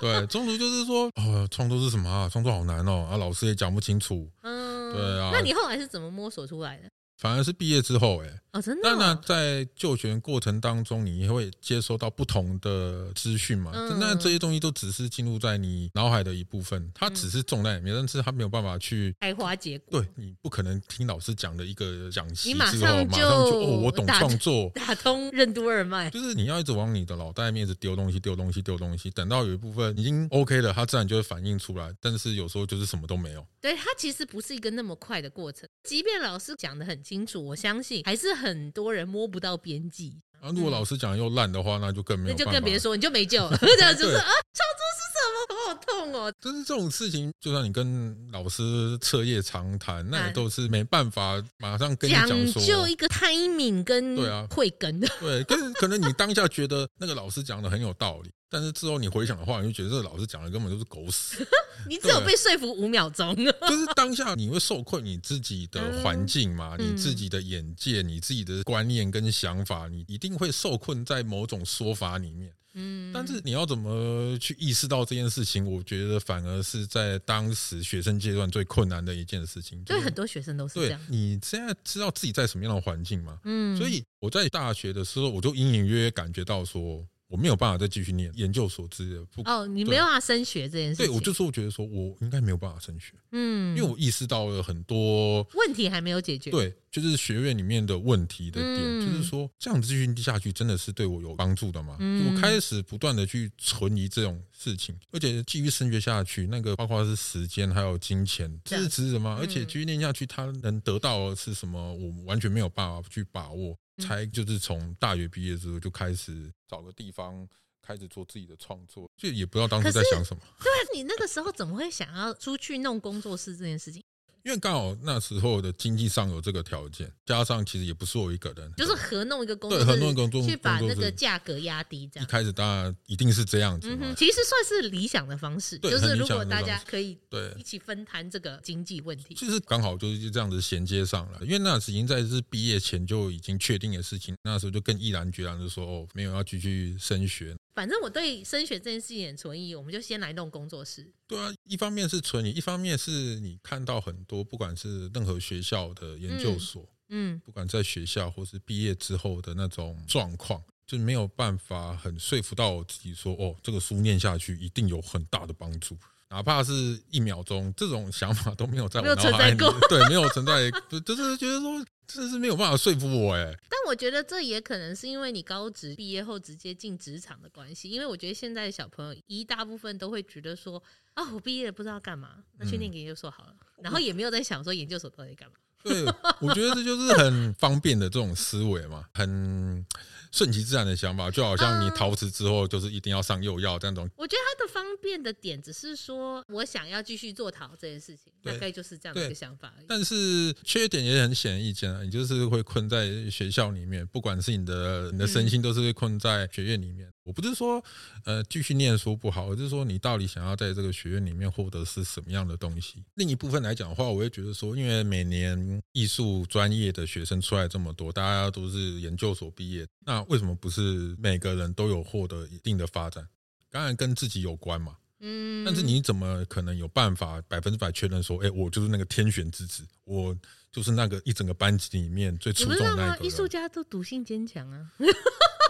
S2: 对，中途就是说，哦，创作是什么啊？创作好难哦，啊，老师也讲不清楚。
S1: 嗯，
S2: 对啊
S1: 那你后来是怎么摸索出来的？
S2: 反而是毕业之后，哎，
S1: 哦，真的哦、
S2: 当然在就学过程当中，你也会接收到不同的资讯嘛。
S1: 嗯
S2: 那这些东西都只是进入在你脑海的一部分，它只是种在里面，但是它没有办法去。
S1: 开花结果，
S2: 对你不可能听老师讲的一个讲
S1: 你
S2: 习之
S1: 马
S2: 后，马
S1: 上
S2: 上
S1: 就
S2: 哦，我懂
S1: 打
S2: 创作，
S1: 打通任督二脉。
S2: 就是你要一直往你的脑袋面一直丢东西、丢东西、丢东西，等到有一部分已经 OK 了，它自然就会反映出来。但是有时候就是什么都没有，
S1: 对，它其实不是一个那么快的过程。即便老师讲的很清楚，我相信还是很多人摸不到边际，
S2: 啊，如果老师讲得又烂的话，那就更没
S1: 嗯那
S2: 有
S1: 就
S2: 办法。
S1: 更别。说，你就没救了。 (laughs) 这样就是
S2: 对
S1: 啊，创作是什么？好痛哦！
S2: 但是这种事情，就算你跟老师彻夜长谈，那
S1: 哎
S2: 也都是没办法马上跟你
S1: 讲
S2: 讲说。
S1: 究一个 timing 跟
S2: 对啊
S1: 慧根的，
S2: 对，但是可能你当下觉得那个老师讲的很有道理，但是之后你回想的话，你就觉得这个老师讲的根本就是狗屎。 (laughs)
S1: 你只有
S2: 对
S1: 被说服五秒钟。
S2: 就是当下你会受困你自己的环境嘛，
S1: 嗯
S2: 你自己的眼界、你自己的观念跟想法，你一定会受困在某种说法里面。
S1: 嗯，
S2: 但是你要怎么去意识到这件事情，我觉得反而是在当时学生阶段最困难的一件事情。就
S1: 对
S2: 是
S1: 很多学生都是这
S2: 对
S1: 样。
S2: 你现在知道自己在什么样的环境吗？
S1: 嗯，
S2: 所以我在大学的时候，我就隐隐约约感觉到说，我没有办法再继续念研究所之类的。不，
S1: 哦，你
S2: 对
S1: 没有办法升学这件事情，
S2: 对我就是我觉得说我应该没有办法升学，
S1: 嗯，
S2: 因为我意识到了很多
S1: 问题还没有解决。
S2: 对，就是学院里面的问题的点，
S1: 嗯
S2: 就是说这样子继续下去，真的是对我有帮助的吗？
S1: 嗯
S2: 就我开始不断的去存疑这种事情，而且继续升学下去，那个包括是时间还有金钱，
S1: 这
S2: 这
S1: 样
S2: 是值得吗？
S1: 嗯
S2: 而且继续念下去，他能得到的是什么？我完全没有办法去把握。
S1: 嗯
S2: 才就是从大学毕业之后就开始找个地方开始做自己的创作，就也不知道当时
S1: 可
S2: 在
S1: 是
S2: 想什么。
S1: 对，你那个时候怎么会想要出去弄工作室这件事情？
S2: 因为刚好那时候的经济上有这个条件，加上其实也不是我一个人，
S1: 就是合弄一个工作
S2: 对
S1: 室，
S2: 合弄一个工作
S1: 去把
S2: 工
S1: 那
S2: 作室
S1: 个价格压低，这
S2: 一
S1: 样。
S2: 开始当然一定是这样子
S1: 嗯
S2: 嘛，
S1: 哼，其实算是理想的方式，
S2: 啊对
S1: 就是
S2: 很理
S1: 如
S2: 想
S1: 果
S2: 的
S1: 大
S2: 方
S1: 家
S2: 式
S1: 可以
S2: 对
S1: 一，起分摊这个经济问题，
S2: 就是刚好就是这样子衔接上来，因为那时已经在是毕业前就已经确定的事情，那时候就更毅然决然的说哦，没有要继续升学。
S1: 反正我对升学这件事情很存疑，我们就先来弄工作室。
S2: 对啊，一方面是存疑，一方面是你看到很多不管是任何学校的研究所，
S1: 嗯
S2: 不管在学校或是毕业之后的那种状况，就没有办法很说服到我自己说，哦，这个书念下去一定有很大的帮助，哪怕是一秒钟，这种想法都没有在我
S1: 没有
S2: 脑海里
S1: 存在，
S2: (laughs) 对，没有存在，就就是觉得说。这是没有办法说服我哎、
S1: 但我觉得这也可能是因为你高职毕业后直接进职场的关系，因为我觉得现在的小朋友一大部分都会觉得说，啊、我毕业了不知道干嘛，那
S2: 嗯
S1: 去念个研究所好了，然后也没有在想说研究所到底干嘛。
S2: 对，我觉得这就是很方便的这种思维嘛，很顺其自然的想法，就好像你
S1: 嗯
S2: 陶瓷之后就是一定要上釉药这样种
S1: 我觉得他的方便的点只是说我想要继续做陶这件事情，
S2: 对
S1: 大概就是这样的一个
S2: 对
S1: 想法而已。
S2: 但是缺点也很显而易见啊，你就是会困在学校里面，不管是你的你的身心都是会困在学院里面。我不是说呃继续念书不好，而是说你到底想要在这个学院里面获得是什么样的东西。另一部分来讲的话，我会觉得说，因为每年艺术专业的学生出来这么多，大家都是研究所毕业，那为什么不是每个人都有获得一定的发展？当然跟自己有关嘛，
S1: 嗯，
S2: 但是你怎么可能有办法百分之百确认说，哎、我就是那个天选之子，我就是那个一整个班级里面最
S1: 你
S2: 出
S1: 不知
S2: 众
S1: 道
S2: 的那
S1: 吗
S2: 一？个
S1: 艺术
S2: 人？
S1: 家都赌性坚强啊，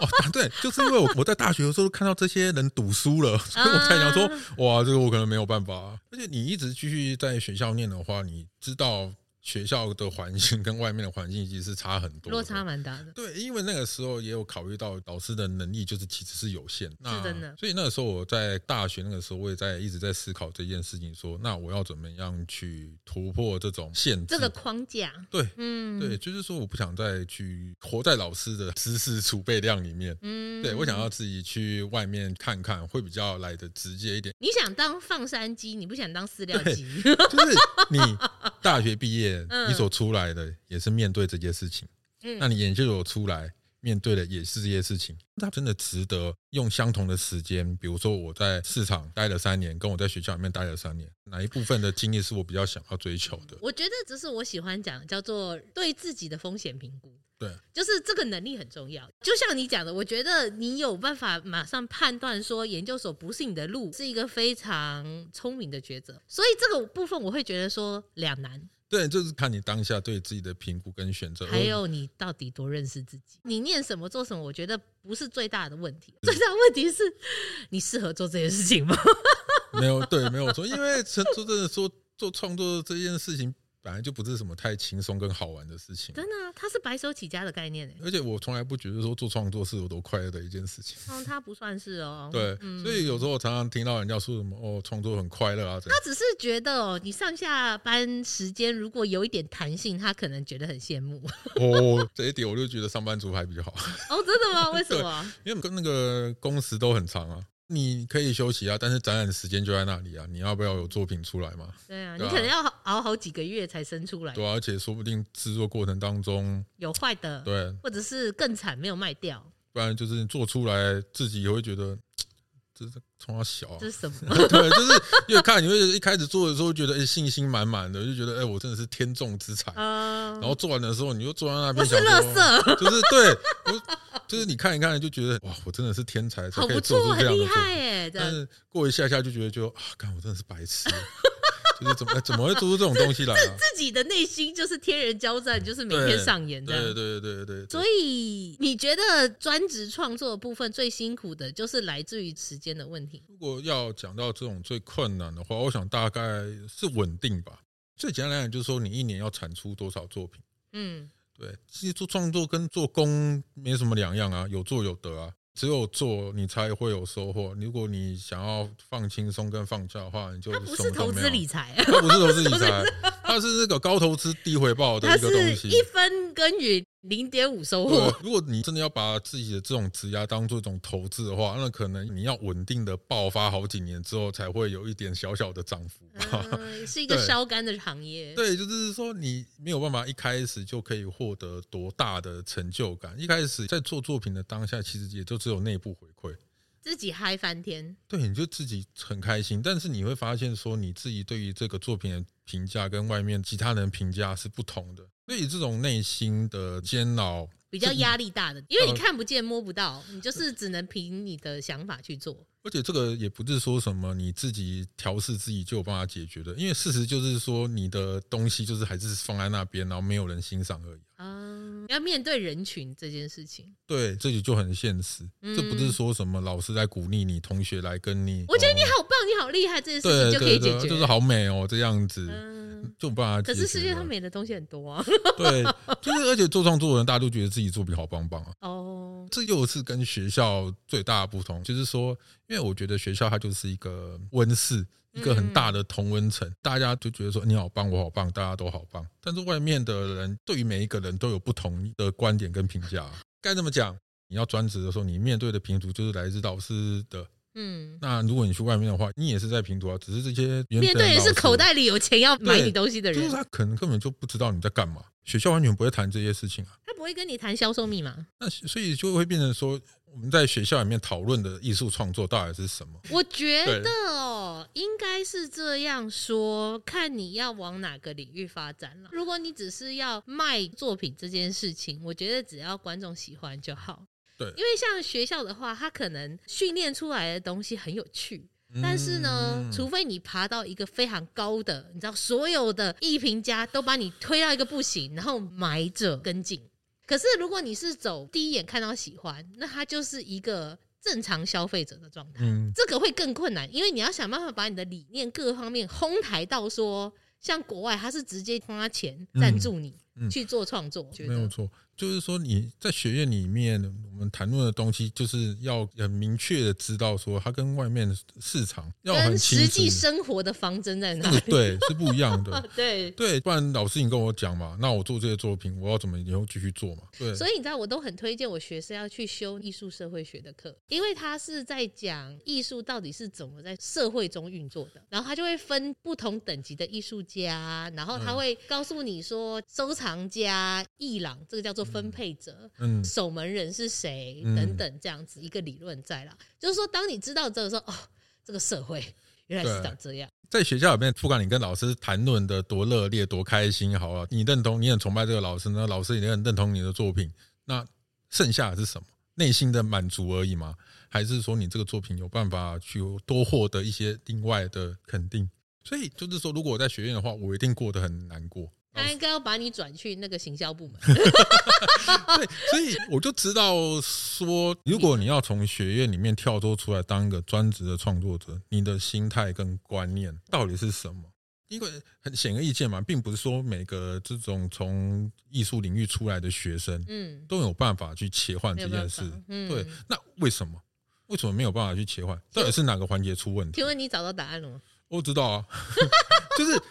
S2: 哦，对，就是因为我我在大学的时候看到这些人读书了，所以我才想说
S1: 啊，
S2: (laughs) 哇，这个我可能没有办法、而且你一直继续在学校念的话，你知道学校的环境跟外面的环境其实是差很多的，
S1: 落差蛮大的。
S2: 对，因为那个时候也有考虑到老师的能力，就是其实是有限，那
S1: 真的
S2: 所以那个时候我在大学那个时候，我也在一直在思考这件事情说那我要怎么样去突破这种限制？
S1: 这个框架，
S2: 对
S1: 嗯，
S2: 对，，就是说我不想再去活在老师的知识储备量里面。
S1: 嗯，
S2: 对，我想要自己去外面看看，会比较来的直接一点。
S1: 你想当放山鸡，你不想当饲料鸡，
S2: (laughs) 就是你大学毕业，
S1: 嗯
S2: 你所出来的也是面对这件事情。
S1: 嗯
S2: 那你研究所出来，面对的也是这些事情。它真的值得用相同的时间，比如说我在市场待了三年，跟我在学校里面待了三年，哪一部分的经历是我比较想要追求的？
S1: 我觉得这是我喜欢讲的叫做对自己的风险评估。
S2: 对，
S1: 就是这个能力很重要。就像你讲的，我觉得你有办法马上判断说研究所不是你的路，是一个非常聪明的抉择。所以这个部分我会觉得说两难，
S2: 对，就是看你当下对自己的评估跟选择。
S1: 还有你到底多认识自己。你念什么做什么，我觉得不是最大的问题，最大的问题是你适合做这件事情吗？
S2: 没有对，没有错，因为陈说真的说做创作这件事情本来就不是什么太轻松跟好玩的事
S1: (laughs)
S2: 情，
S1: 真的、啊，它是白手起家的概念欸诶。
S2: 而且我从来不觉得说做创作是有多快乐的一件事情。
S1: 嗯，它不算是哦。
S2: 对，
S1: 嗯
S2: 所以有时候我常常听到人家说什么哦，创作很快乐啊，怎样
S1: 他？只是觉得哦，你上下班时间如果有一点弹性，他可能觉得很羡慕。
S2: 哦，这一点我就觉得上班族还比较
S1: (laughs)
S2: 好，(laughs)
S1: 哦，真 (laughs) 的吗？为什么？
S2: 因为跟那个工时都很长啊。你可以休息啊，但是展览时间就在那里啊，你要不要有作品出来嘛？
S1: 对啊，你
S2: 对啊
S1: 可能要熬好几个月才生出来，
S2: 对啊，而且说不定制作过程当中，
S1: 有坏的，
S2: 对，
S1: 或者是更惨没有卖掉，
S2: 不然就是你做出来自己也会觉得这是冲他小、啊
S1: 这，是什 (laughs) 么？
S2: (laughs) 对，就是越看你会一开始做的时候觉得哎、诶信心满满的，就觉得哎、诶我真的是天纵之才。
S1: 嗯
S2: 然，后做完的时候，你就坐在那
S1: 我
S2: 边
S1: 是
S2: 想
S1: 乐
S2: 说，
S1: 色，
S2: 就是对，我就是你看一看就觉得哇，我真的是天才，才
S1: 好
S2: 可以
S1: 不
S2: 做
S1: 错，
S2: 出这
S1: 很
S2: 样的
S1: 厉
S2: 作
S1: 害
S2: 品。
S1: 哎，这
S2: 但是过一下下就觉得就啊，看我真的是白痴， (laughs) 就是怎么、诶怎么会做出这种
S1: (laughs)
S2: 东西来、啊？
S1: 自己的内心就是天人交战，就是每天
S2: 对
S1: 上演这样。
S2: 对对对对对，
S1: 所以你觉得专职创作的部分最辛苦的就是来自于时间的问题？
S2: 如果要讲到这种最困难的话，我想大概是稳定吧。最简单来讲，就是说你一年要产出多少作品。
S1: 嗯，
S2: 对，其实做创作跟做工没什么两样啊，有做有得啊。只有做，你才会有收获。如果你想要放轻松跟放假的话，你就
S1: 它不
S2: 什
S1: 是
S2: 么都
S1: 投
S2: 没
S1: 资
S2: 有
S1: 理，财。啊
S2: 它不是投资理财，它是那个高投资低回报的
S1: 它
S2: 一个东
S1: 是
S2: 西。哦
S1: 一分耕耘零点五收获
S2: 对，如果你真的要把自己的这种职涯当做一种投资的话，那可能你要稳定的爆发好几年之后，才会有一点小小的涨幅吧。
S1: (laughs) 嗯是一个
S2: 对
S1: 烧干的行业。
S2: (laughs) 对，就是说你没有办法一开始就可以获得多大的成就感。一开始在做作品的当下，其实也就只有内部回馈，
S1: 自己嗨翻天，
S2: 对，你就自己很开心。但是你会发现，说你自己对于这个作品的评价跟外面其他人评价是不同的，所以这种内心的煎熬
S1: 比较压力大的，因为你
S2: 呃
S1: 看不见摸不到，你就是只能凭你的想法去做。
S2: 而且这个也不是说什么你自己调试自己就有办法解决的，因为事实就是说你的东西就是还是放在那边，然后没有人欣赏而已。啊
S1: 嗯，要面对人群这件事情，
S2: 对，这里就很现实，
S1: 嗯
S2: 这不是说什么老师来鼓励你，同学来跟你，
S1: 我觉得
S2: 哦
S1: 你好棒，你好厉害，这件事情
S2: 对
S1: 就可以
S2: 对
S1: 解
S2: 对，
S1: 决。
S2: 就是好美哦，这样子 (laughs)
S1: 嗯，
S2: 就有办法解
S1: 可
S2: 决了。
S1: 是世界上美的东西很多
S2: (laughs)
S1: 啊。
S2: 对，就是而且做创作的人，大家都觉得自己作品好棒棒啊。
S1: 哦，
S2: 这又是跟学校最大的不同，就是说，因为我觉得学校它就是一个温室，一个很
S1: 嗯
S2: 大的同温层，大家就觉得说你好棒，我好棒，大家都好棒。但是外面的人对于每一个人都有不同的观点跟评价、啊该怎么讲？你要专职的时候，你面对的评读就是来自老师的。
S1: 嗯，
S2: 那如果你去外面的话，你也是在评读啊，只是这些原
S1: 面对的
S2: 本
S1: 是
S2: 老师
S1: 口，袋里有钱要买
S2: 对
S1: 你东西的
S2: 就是
S1: 人，
S2: 他可能根本就不知道你在干嘛，学校完全不会谈这些事情啊。
S1: 他不会跟你谈销售密码。
S2: 那所以就会变成说，我们在学校里面讨论的艺术创作到底是什么？
S1: (laughs) 我觉
S2: 对
S1: 得哦，应该是这样说，看你要往哪个领域发展了。如果你只是要卖作品这件事情，我觉得只要观众喜欢就好。
S2: 对
S1: 因为像学校的话，它可能训练出来的东西很有趣，但是呢，
S2: 嗯
S1: 除非你爬到一个非常高的，你知道，所有的艺评家都把你推到一个不行，然后埋着跟进。可是如果你是走第一眼看到喜欢，那它就是一个正常消费者的状态。
S2: 嗯，
S1: 这个会更困难，因为你要想办法把你的理念各方面哄抬到说，像国外他是直接花钱赞助你、
S2: 嗯嗯
S1: 去做创作，觉
S2: 没有
S1: 得
S2: 错，就是说你在学院里面，我们们谈论的东西就是要很明确的知道说，它跟外面的市场要很
S1: 跟
S2: 清
S1: 实
S2: 楚
S1: 际生活的方针在哪
S2: 是
S1: 里？
S2: 对是不一
S1: (laughs)
S2: 样的。
S1: 对，
S2: 对，不然老师你跟我讲嘛，那我做这些作品，我要怎么以后继续做嘛？对，
S1: 所以你知道，我都很推荐我学生要去修艺术社会学的课，因为他是在讲艺术到底是怎么在社会中运作的，然后他就会分不同等级的艺术家，然后他
S2: 嗯
S1: 会告诉你说，收藏家、艺廊这个叫做分配者。
S2: 嗯，
S1: 守门人是谁
S2: 嗯
S1: 等等这样子一个理论在啦，就是说，当你知道这个时候，哦，这个社会原来是
S2: 对哦
S1: 长这样，
S2: 在学校里面，不管你跟老师谈论的多热烈、多开心，好了，你认同，你很崇拜这个老师，那老师也很认同你的作品，那剩下的是什么？内心的满足而已吗？还是说你这个作品有办法去多获得一些另外的肯定？所以就是说，如果我在学院的话，我一定过得很难过。
S1: 他应该要把你转去那个行销部门。
S2: (laughs) 对，所以我就知道说，如果你要从学院里面跳脱出来当一个专职的创作者，你的心态跟观念到底是什么？因为很显而易见嘛，并不是说每个这种从艺术领域出来的学生
S1: 嗯，
S2: 都有办法去切换
S1: 没
S2: 这
S1: 有办
S2: 件
S1: 法
S2: 事。。
S1: 嗯，
S2: 对，那为什么？为什么没有办法去切换？到底是哪个环节出问题
S1: 请？问你找到答案了吗？
S2: 我知道啊， (laughs) 就是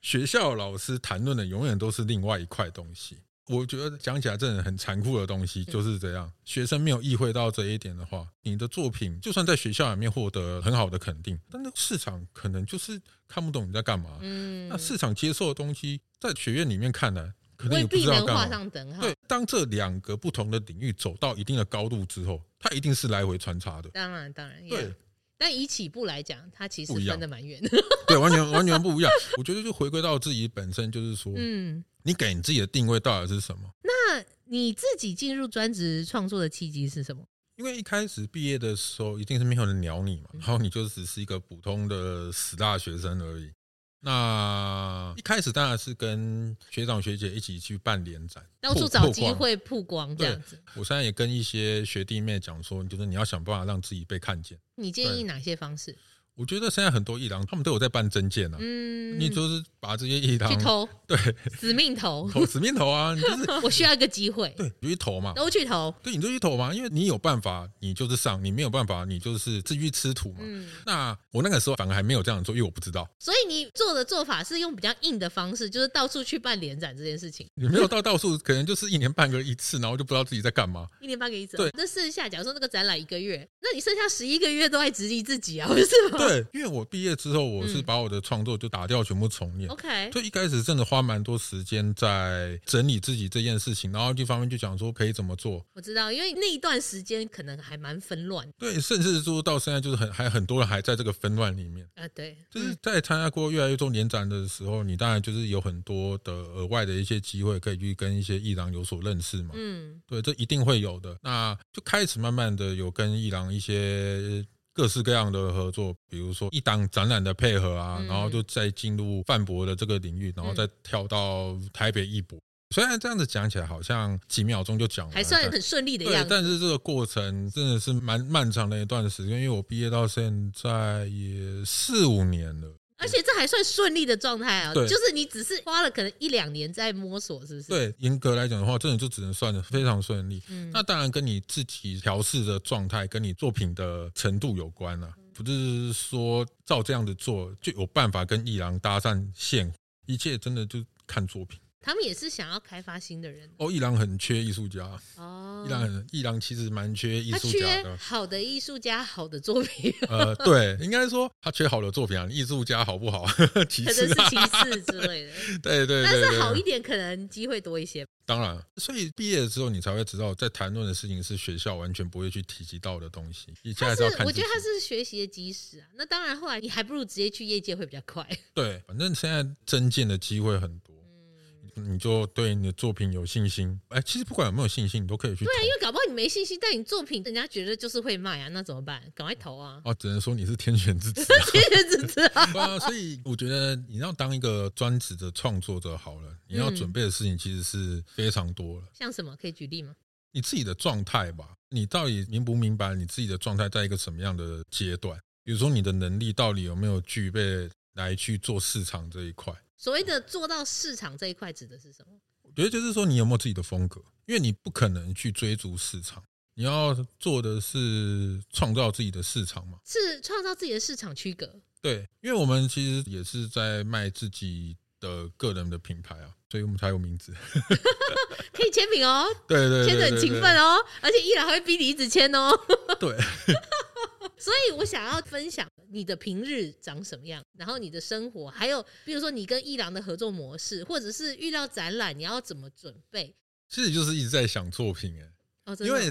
S2: 学校老师谈论的永远都是另外一块东西。我觉得讲起来真的很残酷的东西
S1: 嗯
S2: 就是这样。学生没有意会到这一点的话，你的作品就算在学校里面获得很好的肯定，但那个市场可能就是看不懂你在干嘛。
S1: 嗯
S2: 那市场接受的东西，在学院里面看来，可能
S1: 未
S2: 也不
S1: 必
S2: 知道
S1: 能
S2: 干
S1: 画
S2: 嘛。
S1: 上等号。
S2: 对，当这两个不同的领域走到一定的高度之后，它一定是来回穿插的。
S1: 当然当然一
S2: 对
S1: 样。，但以起步来讲，它其实
S2: (laughs) 不一样
S1: 分的蛮远。
S2: 对，完全完全不一样。我觉得就回归到自己本身，就是说，
S1: 嗯，
S2: 你给你自己的定位到底是什么？
S1: 那你自己进入专职创作的契机是什么？
S2: 因为一开始毕业的时候，一定是没有人鸟你
S1: 嗯
S2: 嘛，然后你就只是一个普通的死大学生而已。那一开始当然是跟学长学姐一起去办联展，
S1: 到处
S2: 曝
S1: 找
S2: 曝
S1: 机
S2: 光
S1: 会曝光这样子。
S2: 我现在也跟一些学弟妹讲说，就是你要想办法让自己被看见。
S1: 你建议哪些方式？
S2: 我觉得现在很多艺廊他们都有在办证件啊，
S1: 嗯，
S2: 你就是把这些艺
S1: 去
S2: 廊
S1: 投，
S2: 对
S1: 死命投。
S2: 投死命投啊，你就是 (laughs)
S1: (laughs) 我需要一个机会，
S2: 对你就去投嘛，
S1: 都去投。
S2: 对，你就去投嘛，因为你有办法，你就是上；你没有办法，你就是自己去吃土嘛。
S1: 嗯，
S2: 那我那个时候反而还没有这样做，因为我不知道，
S1: 所以你做的做法是用比较硬的方式，就是到处去办联展这件事情，
S2: 你没有到到处，可能就是一年半个一次，然后就不知道自己在干
S1: (laughs)
S2: 嘛。
S1: 一年半个一次。
S2: 对，
S1: 那剩下假如说那个展览一个月，那你剩下十一个月都在质疑自己啊，不是吗？
S2: 对，因为我毕业之后，我是把我的创作就打掉，全部重练。
S1: 嗯，OK，
S2: 所以一开始真的花蛮多时间在整理自己这件事情，然后一方面就讲说可以怎么做，
S1: 我知道，因为那一段时间可能还蛮纷乱
S2: 对，甚至说到现在就是很还很多人还在这个纷乱里面。
S1: 啊，对，
S2: 就是在参加过越来越多年展的时候，你当然就是有很多的额外的一些机会可以去跟一些艺廊有所认识嘛。
S1: 嗯，
S2: 对，这一定会有的。那就开始慢慢的有跟艺廊一些各式各样的合作，比如说一档展览的配合啊，
S1: 嗯
S2: 然后就再进入范博的这个领域，然后再跳到台北艺博。虽然这样子讲起来好像几秒钟就讲完了，
S1: 还算很顺利的
S2: 对
S1: 样，子。
S2: 但是这个过程真的是蛮漫长的一段时间，因为我毕业到现在也四五年了。
S1: 而且这还算顺利的状态啊，
S2: 对
S1: 就是你只是花了可能一两年在摸索，是不是？，
S2: 对，严格来讲的话，真的就只能算的非常顺利。
S1: 嗯
S2: 那当然跟你自己调试的状态，跟你作品的程度有关了、
S1: 嗯
S2: 不是说照这样子做就有办法跟艺廊搭上线，一切真的就看作品。
S1: 他们也是想要开发新的人
S2: 哦，艺廊很缺艺术家，
S1: 哦
S2: 艺。廊很艺廊其实蛮缺艺
S1: 他
S2: 术家
S1: 缺
S2: 的。
S1: 好的艺术家、好的作
S2: (laughs)
S1: 品，
S2: 呃，对，应该说他缺好的作品啊，艺术家好不好？ (laughs) 其
S1: 可能
S2: 次
S1: 是
S2: 啊，
S1: 其次之类的。
S2: (laughs) 对对
S1: 但
S2: 对
S1: 是好
S2: 对
S1: 一
S2: 对，
S1: 点，可能机会多一些。
S2: 当然，所以毕业之后你才会知道，在谈论的事情是学校完全不会去提及到的东西。你现
S1: 他
S2: 在
S1: 是
S2: 是要看
S1: 我
S2: 自
S1: 觉得
S2: 己
S1: 他是学习的基石啊。那当然，后来你还不如直接去业界会比较快。 (laughs)
S2: 对，反正现在增进的机会很多，
S1: 嗯
S2: 你就对你的作品有信心。哎，其实不管有没有信心，你都可以去投。
S1: 啊因为搞不好你没信心，但你作品人家觉得就是会卖啊，那怎么办？赶快投啊！ (laughs)
S2: 哦，只能说你是天选之子、
S1: 确实是啊，
S2: 对啊，所以我觉得你要当一个专职的创作者好了，你要
S1: 嗯
S2: 准备的事情其实是非常多了。
S1: 像什么可以举例吗？
S2: 你自己的状态吧，你到底明不明白你自己的状态在一个什么样的阶段？比如说你的能力到底有没有具备来去做市场这一块？
S1: 所谓的做到市场这一块指的是什么？
S2: 我觉得就是说你有没有自己的风格，因为你不可能去追逐市场，你要做的是创造自己的市场嘛？
S1: 是创造自己的市场区隔。
S2: 对，因为我们其实也是在卖自己的个人的品牌啊，所以我们才有名字。 (laughs)
S1: 可以签名哦，
S2: 对对对，
S1: 签的很
S2: 对
S1: 勤奋。哦，而且依然还会逼你一直签哦。
S2: (laughs) 对对，
S1: (laughs) 所以我想要分享你的平日长什么样，然后你的生活，还有比如说你跟伊朗的合作模式，或者是遇到展览你要怎么准备。
S2: 其实就是一直在想作品哎、
S1: 哦，真的
S2: 因为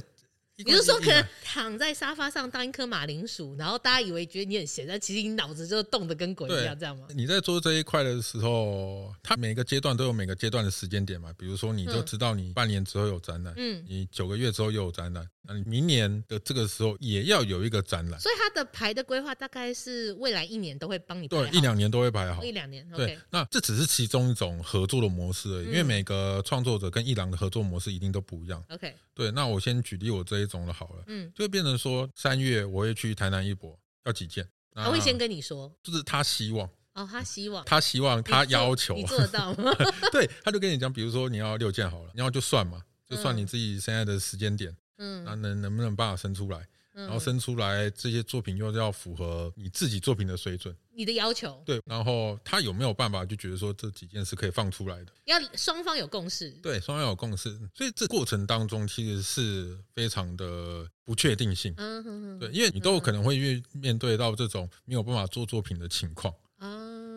S1: 你就说可能躺在沙发上当一颗马铃薯，然后大家以为觉得你很闲，但其实你脑子就动得跟鬼一样，
S2: 对
S1: 啊这样吗？
S2: 你在做这一块的时候，它每个阶段都有每个阶段的时间点嘛。比如说，你就
S1: 嗯
S2: 知道你半年之后有展览，
S1: 嗯，
S2: 你九个月之后又有展览，那你明年的这个时候也要有一个展览，
S1: 所以他的排的规划大概是未来一年都会帮你排
S2: 对，
S1: 好哦
S2: 一两年都会排好
S1: 一。两年
S2: 对
S1: ，OK，，
S2: 那这只是其中一种合作的模式而已，因为
S1: 嗯
S2: 每个创作者跟艺廊的合作模式一定都不一样。
S1: OK，
S2: 对，那我先举例我这一种的好了，
S1: 嗯，
S2: 就会变成说三月我会去台南一博，要几件？
S1: 他会先
S2: 跟
S1: 跟你说，
S2: 就是他希望，
S1: 哦，他希望
S2: 他希望，他
S1: 你做
S2: 要求，
S1: 你做得到
S2: (laughs)
S1: 吗？ (laughs)
S2: 对，他就跟你讲，比如说你要六件好了，然后就算嘛，就算你
S1: 嗯
S2: 自己现在的时间点，那
S1: 嗯，
S2: 能能不能把它生出来，
S1: 然
S2: 然后生出来这些作品又要符合你自己作品的水准，
S1: 你的要求
S2: 对，然后他有没有办法就觉得说这几件是可以放出来的，
S1: 要双方有共识，
S2: 对，双方有共识，所以这过程当中其实是非常的不确定性。
S1: 嗯哼哼，
S2: 对，因为你都有可能会面面对到这种没有办法做作品的情况，
S1: 啊，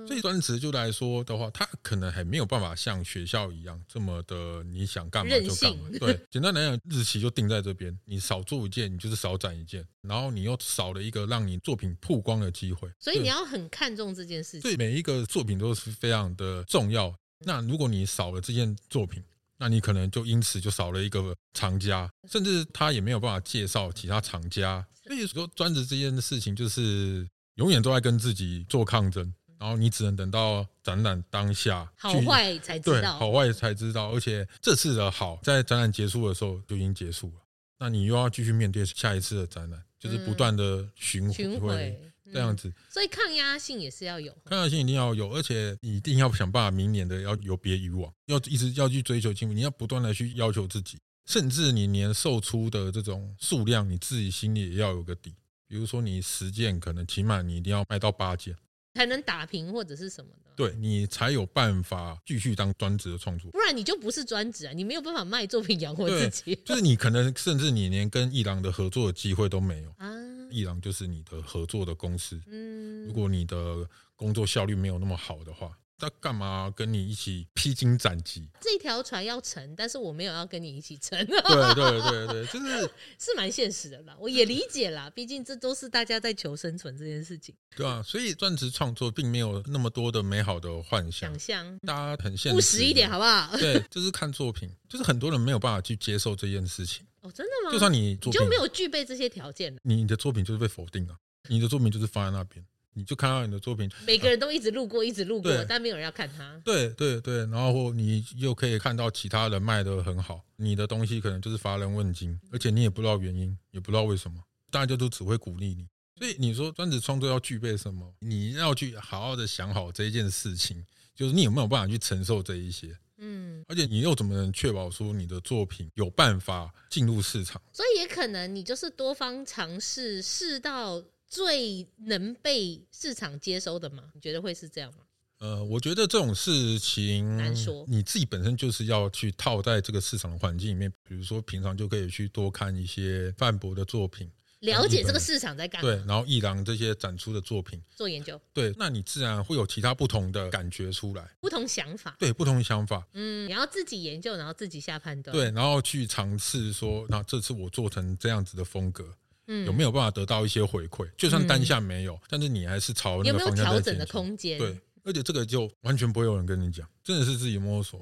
S2: 所以专职就来说的话，他可能还没有办法像学校一样这么的你想干嘛就干嘛
S1: 任性。
S2: 对，简单来讲，日期就定在这边，你少做一件，你就是少展一件，然后你又少了一个让你作品曝光的机会。
S1: 所以你
S2: 对
S1: 要很看重这件事情，
S2: 对每一个作品都是非常的重要。那如果你少了这件作品，那你可能就因此就少了一个藏家，甚至他也没有办法介绍其他藏家。所以说，专职这件事情就是永远都在跟自己做抗争，然后你只能等到展览当下
S1: 嗯好
S2: 去
S1: 坏才知
S2: 对
S1: 道，
S2: 好坏才知道。而且这次的好，在展览结束的时候就已经结束了，那你又要继续面对下一次的展览，就是不
S1: 嗯
S2: 断的循
S1: 巡
S2: 回
S1: 回
S2: 这样
S1: 嗯
S2: 子。
S1: 所以抗压性也是要有。
S2: 抗压性一定要有，而且你一定要想办法，明年的要有别于往，要一直要去追求进步，你要不断的去要求自己，甚至你连售出的这种数量，你自己心里也要有个底。比如说你十件，可能起码你一定要卖到八件，
S1: 才能打平或者是什么的，
S2: 对你才有办法继续当专职的创作。
S1: 不然你就不是专职啊，你没有办法卖作品养活自
S2: 对
S1: 己
S2: 就是你可能甚至你连跟艺廊的合作的机会都没有，
S1: 啊。
S2: 艺廊就是你的合作的公司，
S1: 嗯，
S2: 如果你的工作效率没有那么好的话，那干嘛跟你一起披荆斩棘？
S1: 这条船要沉，但是我没有要跟你一起沉， (laughs)
S2: 对对对对，就是
S1: 是蛮现实的啦。我也理解啦，毕竟这都是大家在求生存这件事情，
S2: 对啊，所以专职创作并没有那么多的美好的幻想
S1: 想，象
S2: 大家很现实，
S1: 务实一点好。不好？
S2: 对，就是看作品，就是很多人没有办法去接受这件事情。
S1: 哦，真的吗？
S2: 就算你作
S1: 你
S2: 品
S1: 就没有具备这些条件了，
S2: 你的作品就是被否定啊，你的作品就是放在那边，你就看到你的作品，
S1: 每个人都一直路过，一直路过，
S2: (laughs) 对
S1: 但没有人要看他。
S2: 对对对，然后你又可以看到其他人卖的很好，你的东西可能就是乏人问津，而且你也不知道原因，也不知道为什么，大家都只会鼓励你。所以你说专职创作要具备什么？你要去好好的想好这一件事情，就是你有没有办法去承受这一些，
S1: 嗯，
S2: 而且你又怎么能确保说你的作品有办法进入市场？
S1: 所以也可能你就是多方尝试，试到最能被市场接收的嘛？你觉得会是这样吗？
S2: 呃，我觉得这种事情
S1: 难说
S2: 你自己本身就是要去套在这个市场的环境里面，比如说平常就可以去多看一些范博的作品，
S1: 了解这个市场在干嘛，
S2: 对，然后艺廊这些展出的作品，
S1: 做研究，
S2: 对，那你自然会有其他不同的感觉出来，
S1: 不同想法。
S2: 对，不同的想法，
S1: 嗯，你要自己研究，然后自己下判断。，
S2: 对，然后去尝试说，那这次我做成这样子的风格，
S1: 嗯
S2: 有没有办法得到一些回馈？就算当下没有，但是你还是朝那
S1: 有
S2: 个
S1: 没有
S2: 方向
S1: 调
S2: 在
S1: 整
S2: 前
S1: 的
S2: 进。
S1: 空间？
S2: 对，而且这个就完全不会有人跟你讲，真的是自己摸索。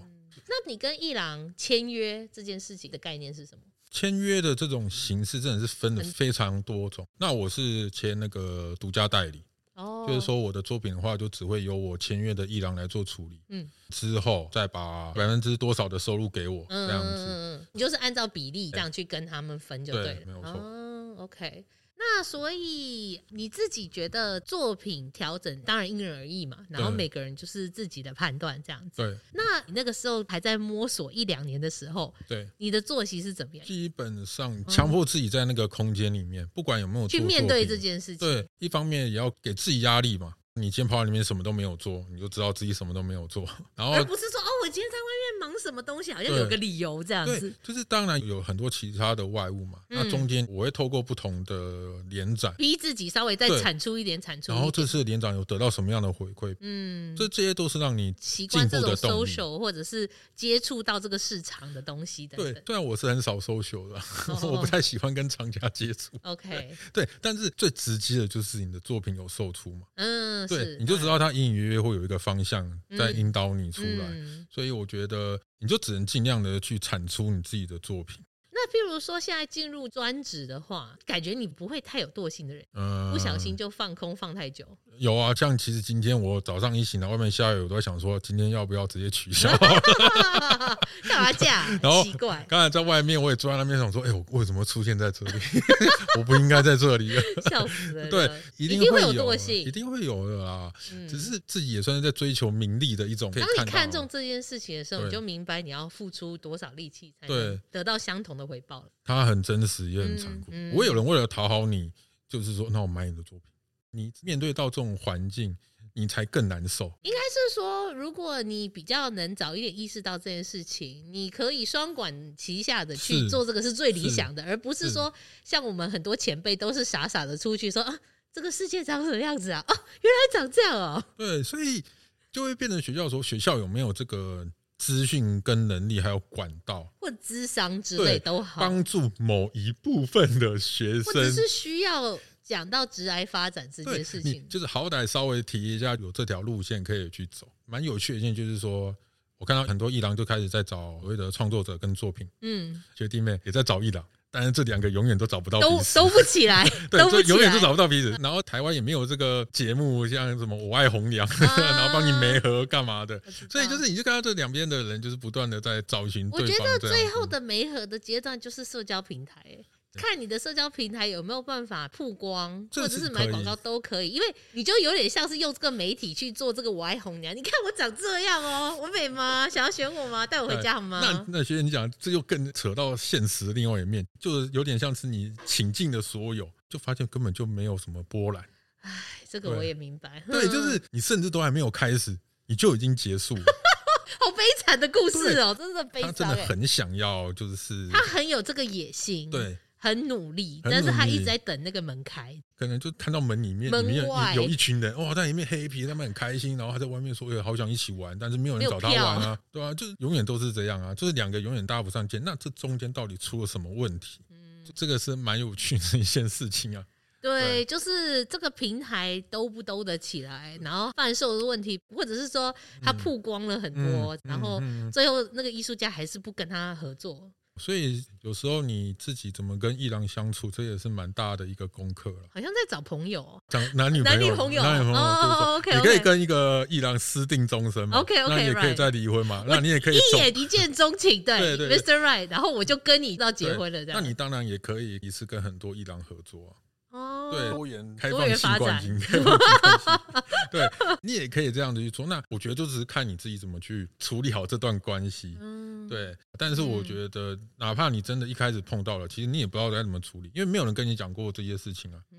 S1: 那你跟一郎签约这件事情的概念是什么？
S2: 签约的这种形式真的是分的
S1: 很
S2: 非常多种。那我是签那个独家代理，
S1: 哦，
S2: 就是，说我的作品的话，就只会由我签约的艺廊来做处理，
S1: 嗯
S2: 之后再把百分之多少的收入给我，
S1: 嗯
S2: 这样子。
S1: 嗯嗯，你就是按照比例这样去跟他们分就
S2: 对
S1: 对了。
S2: 没有错
S1: 哦，OK。那所以你自己觉得作品调整当然因人而异嘛，然后
S2: 对
S1: 每个人就是自己的判断这样子。
S2: 对
S1: 那你那个时候还在摸索一两年的时候，
S2: 对，
S1: 你的作息是怎么样？
S2: 基本上强迫自己在那个空间里面，不管有没有
S1: 去
S2: 做
S1: 面
S2: 作
S1: 对
S2: 品
S1: 这件事情，
S2: 对，一方面也要给自己压力嘛。你今天跑到里面什么都没有做，你就知道自己什么都没有做。 (laughs) 然后
S1: (laughs) 而不是说哦，我今天在外面忙什么东西，好像有个理由这样
S2: 对
S1: 子。，
S2: 就是当然有很多其他的外物嘛，那
S1: 嗯
S2: 中间我会透过不同的连展，
S1: 逼自己稍微再
S2: 对
S1: 产出一点，产出一
S2: 然后
S1: 点。
S2: 这次连展有得到什么样的回馈，
S1: 嗯，
S2: 这这些都是让你
S1: 习
S2: 进
S1: 惯这
S2: 步
S1: 种
S2: 的动力。
S1: social 或者是接触到这个市场的东西等
S2: 对，
S1: 等。
S2: 虽然我是很少 social 的，
S1: 哦
S2: 我不太喜欢跟厂家接触。
S1: OK，
S2: 对，但是最直接的就是你的作品有售出嘛，
S1: 嗯，
S2: 对
S1: 是，，
S2: 你就知道它隐隐约约会有一个方向在
S1: 嗯
S2: 引导你出来。
S1: 嗯
S2: 所以我觉得你就只能尽量的去产出你自己的作品。
S1: 那譬如说，现在进入专职的话，感觉你不会太有惰性的人，
S2: 嗯，
S1: 不小心就放空放太
S2: (laughs)
S1: 久。 (laughs)
S2: 有啊，像其实今天我早上一醒来，外面下雨，我都在想说今天要不要直接
S1: (laughs)
S2: 取消。
S1: 干嘛假？
S2: (laughs) 然后
S1: 奇怪，
S2: 刚才在外面我也坐在那边想说，哎、我为什么出现在这里？ (laughs) 我不应该在这
S1: (laughs)
S2: 里。
S1: 笑死人了。
S2: 对，
S1: 一
S2: 定
S1: 定
S2: 会
S1: 有
S2: 有
S1: 惰
S2: 啊
S1: 性
S2: 一。定会有的啦。
S1: 嗯
S2: 只是自己也算是在追求名利的一种。可以啊
S1: 当
S2: 到
S1: 你看重这件事情的时候，你
S2: 对
S1: 就明白你要付出多少力气才能
S2: 对
S1: 得到相同的回报了。
S2: 它很真实，也很残酷。
S1: 嗯嗯
S2: 不会有人为了讨好你，就是说，那我买你的作品。你面对到这种环境，你才更难受。
S1: 应该是说，如果你比较能早一点意识到这件事情，你可以双管齐下的去
S2: 是
S1: 做这个是最理想的，而不是
S2: 是
S1: 说像我们很多前辈都是傻傻的出去说啊，这个世界长什么样子啊？ (laughs) 哦、原来长这样哦。
S2: 对，所以就会变成学校说，学校有没有这个资讯跟能力，还有管道，
S1: 或智商之类
S2: 对
S1: 都好，
S2: 帮助某一部分的学
S1: 或者
S2: 生。
S1: 是需要讲到职癌发展这
S2: 对
S1: 件事，
S2: 你
S1: 情。
S2: 就是好歹稍微提一下有这条路线可以去走。蛮有趣的一件就是说，我看到很多艺廊就开始在找所谓的创作者跟作品， (laughs)
S1: 嗯，
S2: 学弟妹也在找艺廊，但是这两个永远都找不到
S1: 都
S2: 彼此，
S1: 都不起来，
S2: 对，
S1: 都不
S2: 这
S1: 起
S2: 永远
S1: 来
S2: 都。找不到彼此。然后台湾也没有这个节目，像什么我爱红娘，
S1: 啊
S2: (laughs) 然后帮你媒合干嘛的。
S1: 我知道
S2: (laughs) 所以就是，你就看到这两边的人，就是不断的在找寻
S1: 我
S2: 对
S1: 觉
S2: 方
S1: 得
S2: 这样
S1: 最后
S2: 子
S1: 的媒合的阶段就是社交平台、欸
S2: 对
S1: 看你的社交平台有没有办法曝光，
S2: 这
S1: 或者
S2: 是
S1: 是买
S2: 可
S1: 广
S2: 以
S1: 告都可以，因为你就有点像是用这个媒体去做这个“我爱红娘”。你看我长这样哦、我美吗？想要选我吗？带我回
S2: 对
S1: 家好
S2: 哎那
S1: 吗？
S2: 那学姐，你讲这又更扯到现实另外一面，就是有点像是你倾尽的所有，就发现根本就没有什么波澜。
S1: 哎这个我
S2: 对
S1: 也明白。
S2: 对，
S1: 嗯
S2: 就是你甚至都还没有开始，你就已经结束了。
S1: 好悲惨的故事哦、真的悲
S2: 他真
S1: 伤、
S2: 的
S1: 欸。
S2: 很想要，就是
S1: 他很有这个野心，，
S2: 对，
S1: 很努力，
S2: 很
S1: 但是他
S2: 努力
S1: 一直在等那个门开。
S2: 可能就看到门里面，
S1: 门
S2: 里面
S1: 外
S2: 有有一群人，哇，在里面黑皮，他们很开心，然后他在外面说，哎，好想一起玩，但是没有
S1: 没有
S2: 人找他
S1: 票
S2: 玩啊，对啊，就是永远都是这样啊，就是两个永远搭不上线，那这中间到底出了什么问题？
S1: 嗯
S2: 这个是蛮有趣的一件事情啊，
S1: 对，就是这个平台兜不兜得起来，然后贩售的问题，或者是说他曝光了很多，
S2: 嗯
S1: 然后
S2: 嗯嗯嗯
S1: 最后那个艺术家还是不跟他合作，
S2: 所以有时候你自己怎么跟一郎相处，这也是蛮大的一个功课了。
S1: 好像在找朋友哦。
S2: 讲男女
S1: 男
S2: 朋
S1: 女
S2: 友，
S1: 朋友
S2: 男女朋友，
S1: 哦
S2: 就是说
S1: OK，
S2: 你可以
S1: OK
S2: 跟一个一郎私定终身嘛
S1: OK，OK，
S2: 那也可以
S1: right
S2: 再离婚嘛，那你也可以
S1: 一
S2: 走
S1: 眼一见钟情，对
S2: 对对
S1: Mr. Right，然后我就跟你到结
S2: 对
S1: 婚了，这
S2: 那
S1: 样。
S2: 你当然也可以一次跟很多一郎合作啊。
S1: 哦，
S2: 对，多元开
S1: 多元发
S2: 放性冠
S1: 展
S2: 军，开放性冠军对你也可以这样子去做。那我觉得就只是看你自己怎么去处理好这段关系。
S1: 嗯，
S2: 对，但是我
S1: 嗯
S2: 觉得，哪怕你真的一开始碰到了，其实你也不知道该怎么处理，因为没有人跟你讲过这些事情啊。
S1: 嗯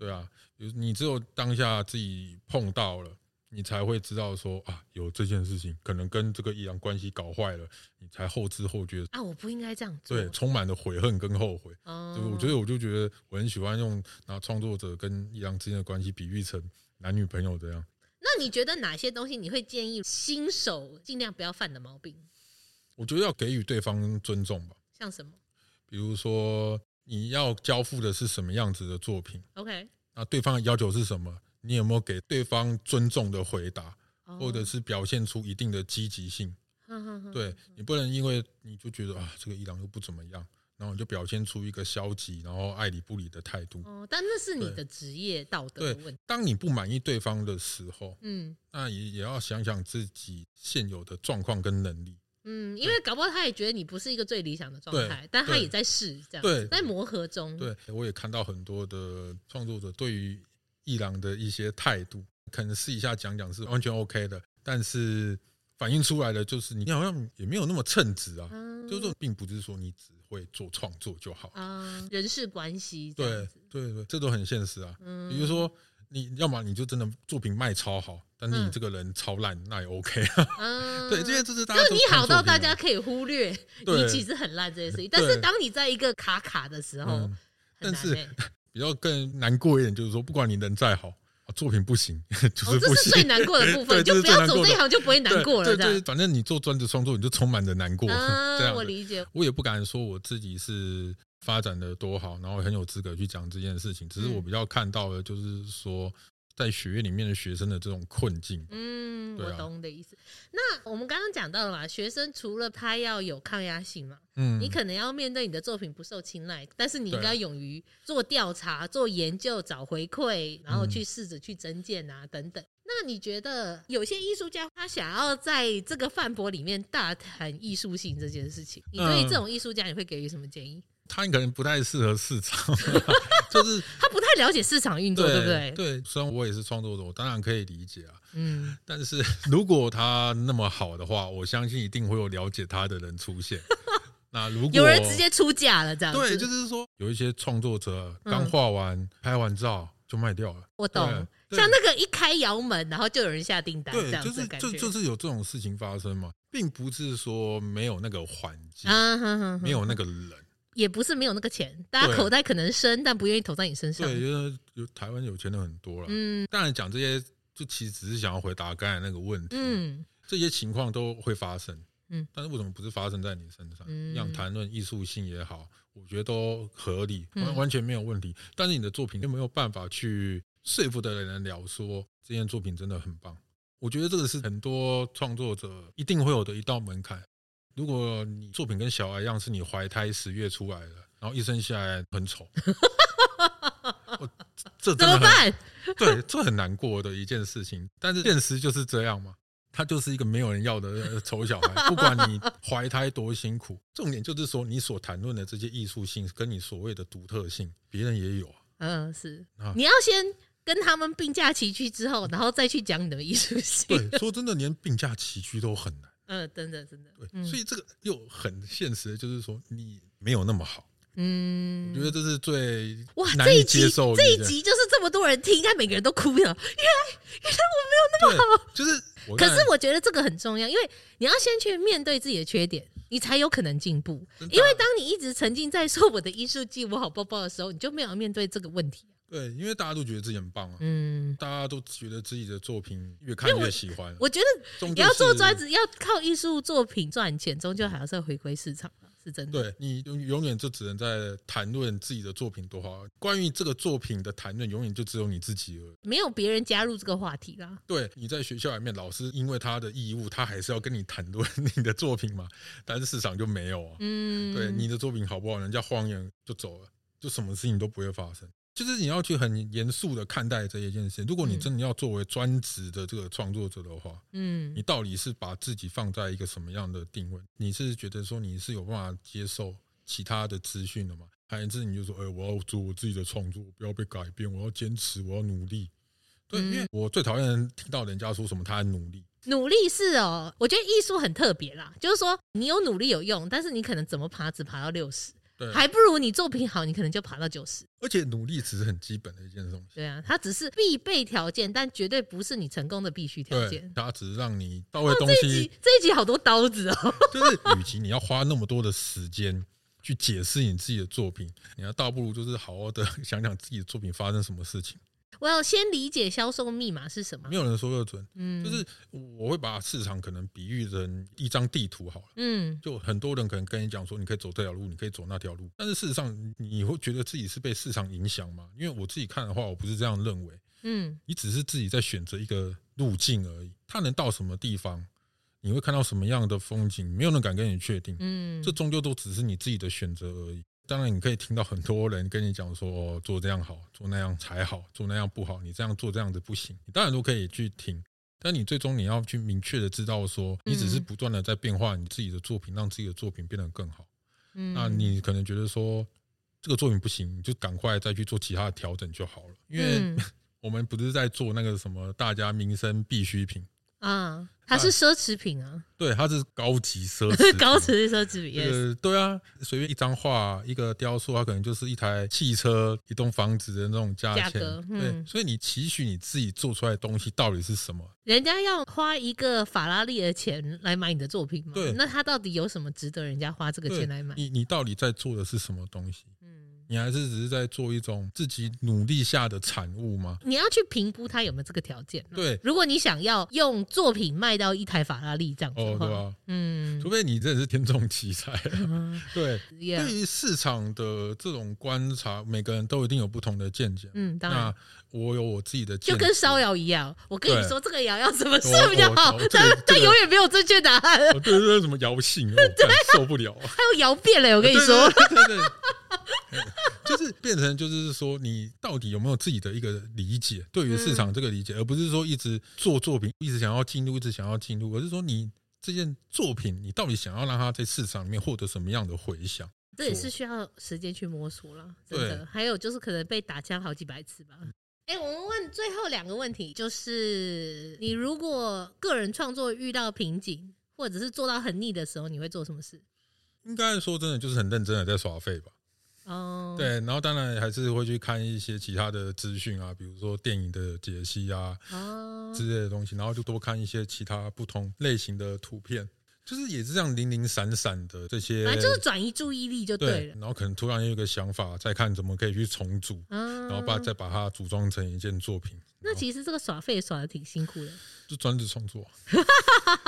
S2: 对啊，有你只有当下自己碰到了，你才会知道说啊，有这件事情，可能跟这个一样关系搞坏了，你才后知后觉，
S1: 啊，我不应该这样做。
S2: 对，充满了悔恨跟后悔。
S1: 哦
S2: 对，我觉得我就觉得我很喜欢用拿创作者跟艺郎之间的关系比喻成男女朋友这样。
S1: 那你觉得哪些东西你会建议新手尽量不要犯的毛病？
S2: 我觉得要给予对方尊重吧，
S1: 像什么
S2: 比如说你要交付的是什么样子的作品，
S1: ？OK，
S2: 那对方的要求是什么，你有没有给对方尊重的回答，
S1: 哦嗯
S2: 或者是表现出一定的积极性？
S1: 哼哼哼
S2: 对你不能因为你就觉得啊这个艺郎又不怎么样，然后你就表现出一个消极然后爱理不理的态度。
S1: 哦，但那是你
S2: 对
S1: 的职业道德的
S2: 对
S1: 问题。
S2: 当你不满意对方的时候，
S1: 嗯
S2: 那也也要想想自己现有的状况跟能力，
S1: 嗯，因为搞不好他也觉得你不是一个最理想的状态，
S2: 对
S1: 但他
S2: 对
S1: 也在试，这样
S2: 对
S1: 在磨合中。
S2: 对，我也看到很多的创作者对于伊朗的一些态度，可能私底下讲讲是完全 OK 的，但是反映出来的就是你好像也没有那么称职啊，
S1: 嗯，
S2: 就是说并不是说你只会做创作就好，
S1: 啊，人事关系这样
S2: 对
S1: 子，
S2: 对对，这都很现实啊。
S1: 嗯，
S2: 比如说你要么你就真的作品卖超好，但是你
S1: 嗯
S2: 这个人超烂，那也 OK 啊。
S1: 嗯，
S2: (laughs) 对，这些就是大家
S1: 就
S2: 都
S1: 你
S2: 看
S1: 好
S2: 作
S1: 到
S2: 品
S1: 大
S2: 啊
S1: 家可以忽略
S2: 对
S1: 你其实很烂这件事情，但是
S2: 对
S1: 当你在一个卡卡的时候
S2: 嗯，
S1: 很
S2: 但
S1: 难
S2: 是
S1: 欸
S2: 比较更难过一点，就是说不管你人再好，啊作品不行 (laughs) 就
S1: 哦，
S2: 是
S1: 这
S2: 不
S1: 是
S2: 行。
S1: 最难过的部分，
S2: (laughs) 对这
S1: 就是不
S2: 最
S1: 要
S2: 难
S1: 走
S2: 过
S1: 这一
S2: 的
S1: 行就不会难过了，
S2: 对
S1: 这
S2: 对对，
S1: 样。
S2: 反正你做专职创作，你就充满着难过， (laughs) 这
S1: 嗯，
S2: 样
S1: 我
S2: 子。
S1: 理解。
S2: 我也不敢说我自己是发展的多好，然后很有资格去讲这件事情。只是我
S1: 嗯
S2: 比较看到的，就是说在学院里面的学生的这种困境。
S1: 嗯，
S2: 对
S1: 我
S2: 啊
S1: 懂你的意思。那我们刚刚讲到了嘛，学生除了他要有抗压性嘛，
S2: 嗯，
S1: 你可能要面对你的作品不受青睐，但是你应
S2: 对
S1: 该勇于做调查、做研究、找回馈，然后
S2: 嗯
S1: 去试着去增建啊、等等。那你觉得有些艺术家他想要在这个饭博里面大谈艺术性这件事情，你对于
S2: 嗯
S1: 这种艺术家你会给予什么建议？
S2: 他可能不太适合
S1: (laughs)
S2: 市场，就是
S1: 他不太了解市场运作，对不对？
S2: 对，虽然我也是创作者，我当然可以理解啊。
S1: 嗯，
S2: 但是 (laughs) 如果他那么好的话，我相信一定会有了解他的人出
S1: (laughs)
S2: 现。那如果
S1: 有人直接出价了，这样子
S2: 对，就是说有一些创作者
S1: 嗯
S2: 刚画完、拍完照就卖掉了，
S1: 我懂。
S2: 对
S1: 像那个一开窑门，然后就有人下订单，这
S2: 对，
S1: 样
S2: 就
S1: 子
S2: 是
S1: 的感觉。
S2: 就就是有这种事情发生嘛，并不是说没有那个环境，
S1: 啊，哼哼哼
S2: 没有那个人。
S1: 也不是没有那个钱，大家
S2: 对
S1: 口袋可能深，但不愿意投在你身上。
S2: 对，因为有台湾有钱的很多了。
S1: 嗯
S2: 当然讲这些，就其实只是想要回答刚才那个问题。
S1: 嗯
S2: 这些情况都会发生，
S1: 嗯
S2: 嗯，但是为什么不是发生在你身上？
S1: 嗯
S2: 一样谈论艺术性也好，我觉得都合理，
S1: 嗯
S2: 完完全没有问题。但是你的作品又没有办法去说服的人聊说这件作品真的很棒。我觉得这个是很多创作者一定会有的一道门槛。如果你作品跟小孩一样，是你怀胎十月出来的，然后一生下来
S1: (laughs)
S2: 很丑，我这
S1: 怎
S2: 真的
S1: 么
S2: 很
S1: 办？
S2: (laughs) 对，这很难过的一件事情。但是现实就是这样嘛，他就是一个没有人要的呃丑小孩，不管你怀胎多辛苦。重点就是说，你所谈论的这些艺术性跟你所谓的独特性，别人也有啊。
S1: (laughs) 嗯，是
S2: 啊
S1: 你要先跟他们并驾齐驱之后，然后再去讲你的艺术性。
S2: 对，说真的，连并驾齐驱都很难。
S1: (laughs) 嗯，真的真的，
S2: 对，
S1: 嗯
S2: 所以这个又很现实，就是说你没有那么好。我觉
S1: 嗯，
S2: 得这是最
S1: 哇，
S2: 难
S1: 这一
S2: 以
S1: 集
S2: 接受的
S1: 这一
S2: 件
S1: 集就是这么多人听，应该每个人都哭了。
S2: 对，
S1: (laughs)
S2: 就是我
S1: 可
S2: 看。
S1: 是我觉得这个很重要，因为你要先去面对自己的缺点，你才有可能进步。
S2: 真的
S1: 因为当你一直沉浸在说我的艺术技我好抱抱的时候，你就没有面对这个问题。啊
S2: 对，因为大家都觉得自己很棒啊，
S1: 嗯，
S2: 大家都觉得自己的作品越看越喜欢。
S1: 我觉得
S2: 终
S1: 你
S2: 究
S1: 要做
S2: 是
S1: 专职，要靠艺术作品赚钱，终究还是要回归市场嘛是真的。
S2: 对你永永远就只能在谈论自己的作品多好，啊关于这个作品的谈论永远就只有你自己而已。
S1: 没有别人加入这个话题啦。
S2: 对，你在学校里面，老师因为他的义务，他还是要跟你谈论你的作品嘛，但是市场就没有啊。
S1: 嗯，
S2: 对你的作品好不好，人家晃眼就走了，就什么事情都不会发生。就是你要去很严肃的看待这一件事。如果你
S1: 嗯
S2: 真的要作为专职的这个创作者的话，
S1: 嗯
S2: 你到底是把自己放在一个什么样的定位？你是觉得说你是有办法接受其他的资讯的吗？还是你就说，哎、我要做我自己的创作，不要被改变，我要坚持，我要努力。对，因为我最讨厌听到人家说什么他很努力，
S1: 努力是哦，我觉得艺术很特别啦，就是说你有努力有用，但是你可能怎么爬只爬到六十，
S2: 对，
S1: 还不如你作品好，你可能就爬到九十。
S2: 而且努力只是很基本的一件东西，
S1: 对啊，它只是必备条件，但绝对不是你成功的必须条
S2: 对
S1: 件，。哦
S2: 它只是让你到位东
S1: 这一
S2: 西
S1: 集，这一集好多刀子哦， (laughs)
S2: 就是与其你要花那么多的时间。去解释你自己的作品，你要倒不如就是好好的 (laughs) 想想自己的作品发生什么事情。
S1: 我要先理解销售密码是什么
S2: 没。有人说得准，
S1: 嗯，
S2: 就是我会把市场可能比喻成一张地图好了，
S1: 嗯
S2: 就很多人可能跟你讲说，你可以走这条路，你可以走那条路，但是事实上你会觉得自己是被市场影响吗？因为我自己看的话，我不是这样认为，
S1: 嗯
S2: 你只是自己在选择一个路径而已，它能到什么地方，你会看到什么样的风景，没有人敢跟你确定，
S1: 嗯，
S2: 这终究都只是你自己的选择而已。当然，你可以听到很多人跟你讲说、哦做这样好，做那样才好，做那样不好，你这样做这样子不行，你当然都可以去听。但你最终你要去明确的知道说，你只
S1: 嗯
S2: 是不断的在变化你自己的作品，让自己的作品变得更好。
S1: 嗯，
S2: 那啊你可能觉得说这个作品不行，你就赶快再去做其他的调整就好了。因为 (laughs)
S1: 嗯
S2: 我们不是在做那个什么大家民生必需品，
S1: 啊，它是奢侈品啊，
S2: 对，它是高级奢侈品，
S1: (laughs) 高级奢侈品
S2: 这
S1: ，yes，
S2: 个对啊，随便一张画、一个雕塑，它可能就是一台汽车、一栋房子的那种价
S1: 价
S2: 钱。
S1: 格嗯
S2: 对，所以你期许你自己做出来的东西到底是什么？
S1: 人家要花一个法拉利的钱来买你的作品嘛，
S2: 对
S1: 那他到底有什么值得人家花这个
S2: 对
S1: 钱来买？
S2: 你你到底在做的是什么东西？
S1: 嗯，
S2: 你还是只是在做一种自己努力下的产物吗？
S1: 你要去评估他有没有这个条件、啊。
S2: 对，
S1: 如果你想要用作品卖到一台法拉利这样子
S2: 哦，
S1: 的话，
S2: 对吧？
S1: 嗯
S2: 除非你真的是天纵奇才，啊
S1: (laughs) 嗯
S2: 对。对
S1: ，yeah，
S2: 于市场的这种观察，每个人都一定有不同的见解。
S1: 嗯，当然
S2: 那。我有我自己的见
S1: 就
S2: 解，哦
S1: 跟烧窑一样，我跟你
S2: 对
S1: 说这个窑要怎么
S2: 我
S1: 烧比较
S2: 我
S1: 好
S2: 我，这
S1: 他
S2: 个
S1: 他
S2: 这个
S1: 永远没有正确答案，
S2: 哦，对对，对什么
S1: (laughs)
S2: 摇性，我干受不了。啊
S1: 他又窑变了。我跟你说，
S2: 对，对对对对对就是变成就是说，你到底有没有自己的一个理解，对于市场这个理解，而不是说一直做作品，一直想要进入，一直想要进入，而是说你这件作品，你到底想要让它在市场里面获得什么样的回响？
S1: 这也
S2: 说
S1: 是需要时间去摸索啦，真
S2: 对嗯
S1: 的。还有就是可能被打枪好几百次吧。哎、我们问最后两个问题，就是你如果个人创作遇到瓶颈，或者是做到很腻的时候，你会做什么事？
S2: 应该说真的，就是很认真的在耍废吧。
S1: 哦，，
S2: 对，然后当然还是会去看一些其他的资讯啊，比如说电影的解析啊，
S1: 哦，
S2: 之类的东西，然后就多看一些其他不同类型的图片，就是也是这样零零散散的这些，
S1: 反正就是转移注意力就对
S2: 对
S1: 了。。
S2: 然后可能突然有一个想法，再看怎么可以去重组，
S1: 嗯，
S2: 然后把再把它组装成一件作品，
S1: 那其实这个耍废耍的挺辛苦的，
S2: 就专职创作。啊
S1: (laughs)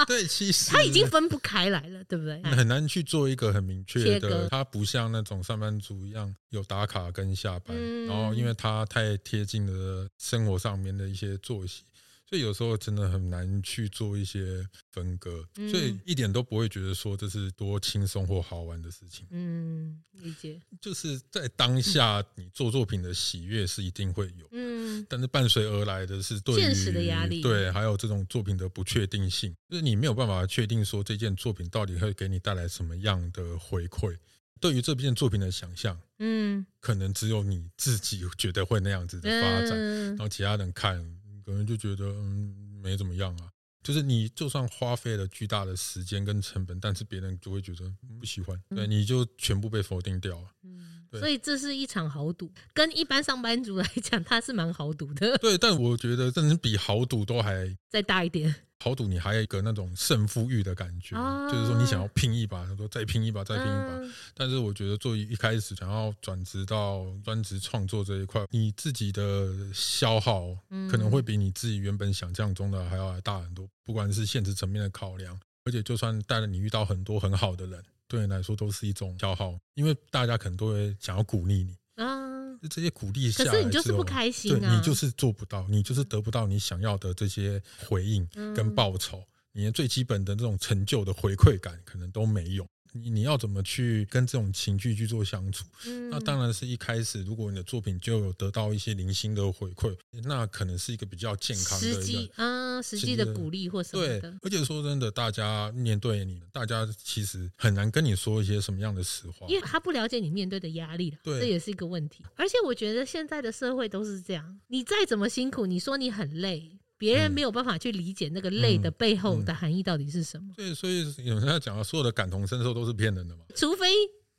S2: 对，其实
S1: 他已经分不开来了，对不对？
S2: 很难去做一个很明确
S1: 切割
S2: 的，它不像那种上班族一样有打卡跟下班，
S1: 嗯
S2: 然后因为它太贴近了生活上面的一些作息，所以有时候真的很难去做一些分割，
S1: 嗯
S2: 所以一点都不会觉得说这是多轻松或好玩的事情，
S1: 嗯，理解。
S2: 就是在当下你做作品的喜悦是一定会有。
S1: 嗯，
S2: 但是伴随而来的是对于
S1: 现实的压力
S2: 对，还有这种作品的不确定性，就是你没有办法确定说这件作品到底会给你带来什么样的回馈。对于这件作品的想象，
S1: 嗯，
S2: 可能只有你自己觉得会那样子的发展，
S1: 嗯
S2: 然后其他人看可能就觉得嗯没怎么样啊。就是你就算花费了巨大的时间跟成本，但是别人就会觉得嗯不喜欢，对，你就全部被否定掉了。
S1: 嗯，
S2: 对
S1: 所以这是一场豪赌，跟一般上班族来讲，它是蛮豪赌的。 (laughs)
S2: 对，但我觉得，甚至比豪赌都还
S1: 再大一点，
S2: 豪赌你还有一个那种胜负欲的感觉，
S1: 啊
S2: 就是说你想要拼一把，他说再拼一把，再拼一把。
S1: 嗯
S2: 但是我觉得，作为一开始想要转职到专职创作这一块，你自己的消耗
S1: 嗯
S2: 可能会比你自己原本想象中的还要来大很多，不管是现实层面的考量，而且就算带了你遇到很多很好的人，对你来说都是一种消耗，因为大家可能都会想要鼓励你，
S1: 啊，
S2: 这些鼓励下
S1: 可
S2: 来
S1: 是你就是
S2: 之后
S1: 不开心
S2: 对
S1: 啊，
S2: 你就是做不到，你就是得不到你想要的这些回应跟报酬，
S1: 嗯
S2: 你连最基本的这种成就的回馈感可能都没有。你你要怎么去跟这种情绪去做相处？
S1: 嗯
S2: 那当然是一开始，如果你的作品就有得到一些零星的回馈，那可能是一个比较健康的一
S1: 时
S2: 个
S1: 机啊，时机
S2: 时机
S1: 的
S2: 的
S1: 鼓励或什么
S2: 对
S1: 的，，
S2: 而且说真的，大家面对你，大家其实很难跟你说一些什么样的实话。
S1: 因为他不了解你面对的压力了，
S2: 对
S1: 这也是一个问题。而且我觉得现在的社会都是这样，你再怎么辛苦，你说你很累，别人
S2: 嗯
S1: 没有办法去理解那个累的背后
S2: 嗯
S1: 的含义到底是什么，
S2: 所以，所以有人在讲啊，所有的感同身受都是骗人的嘛。
S1: 除非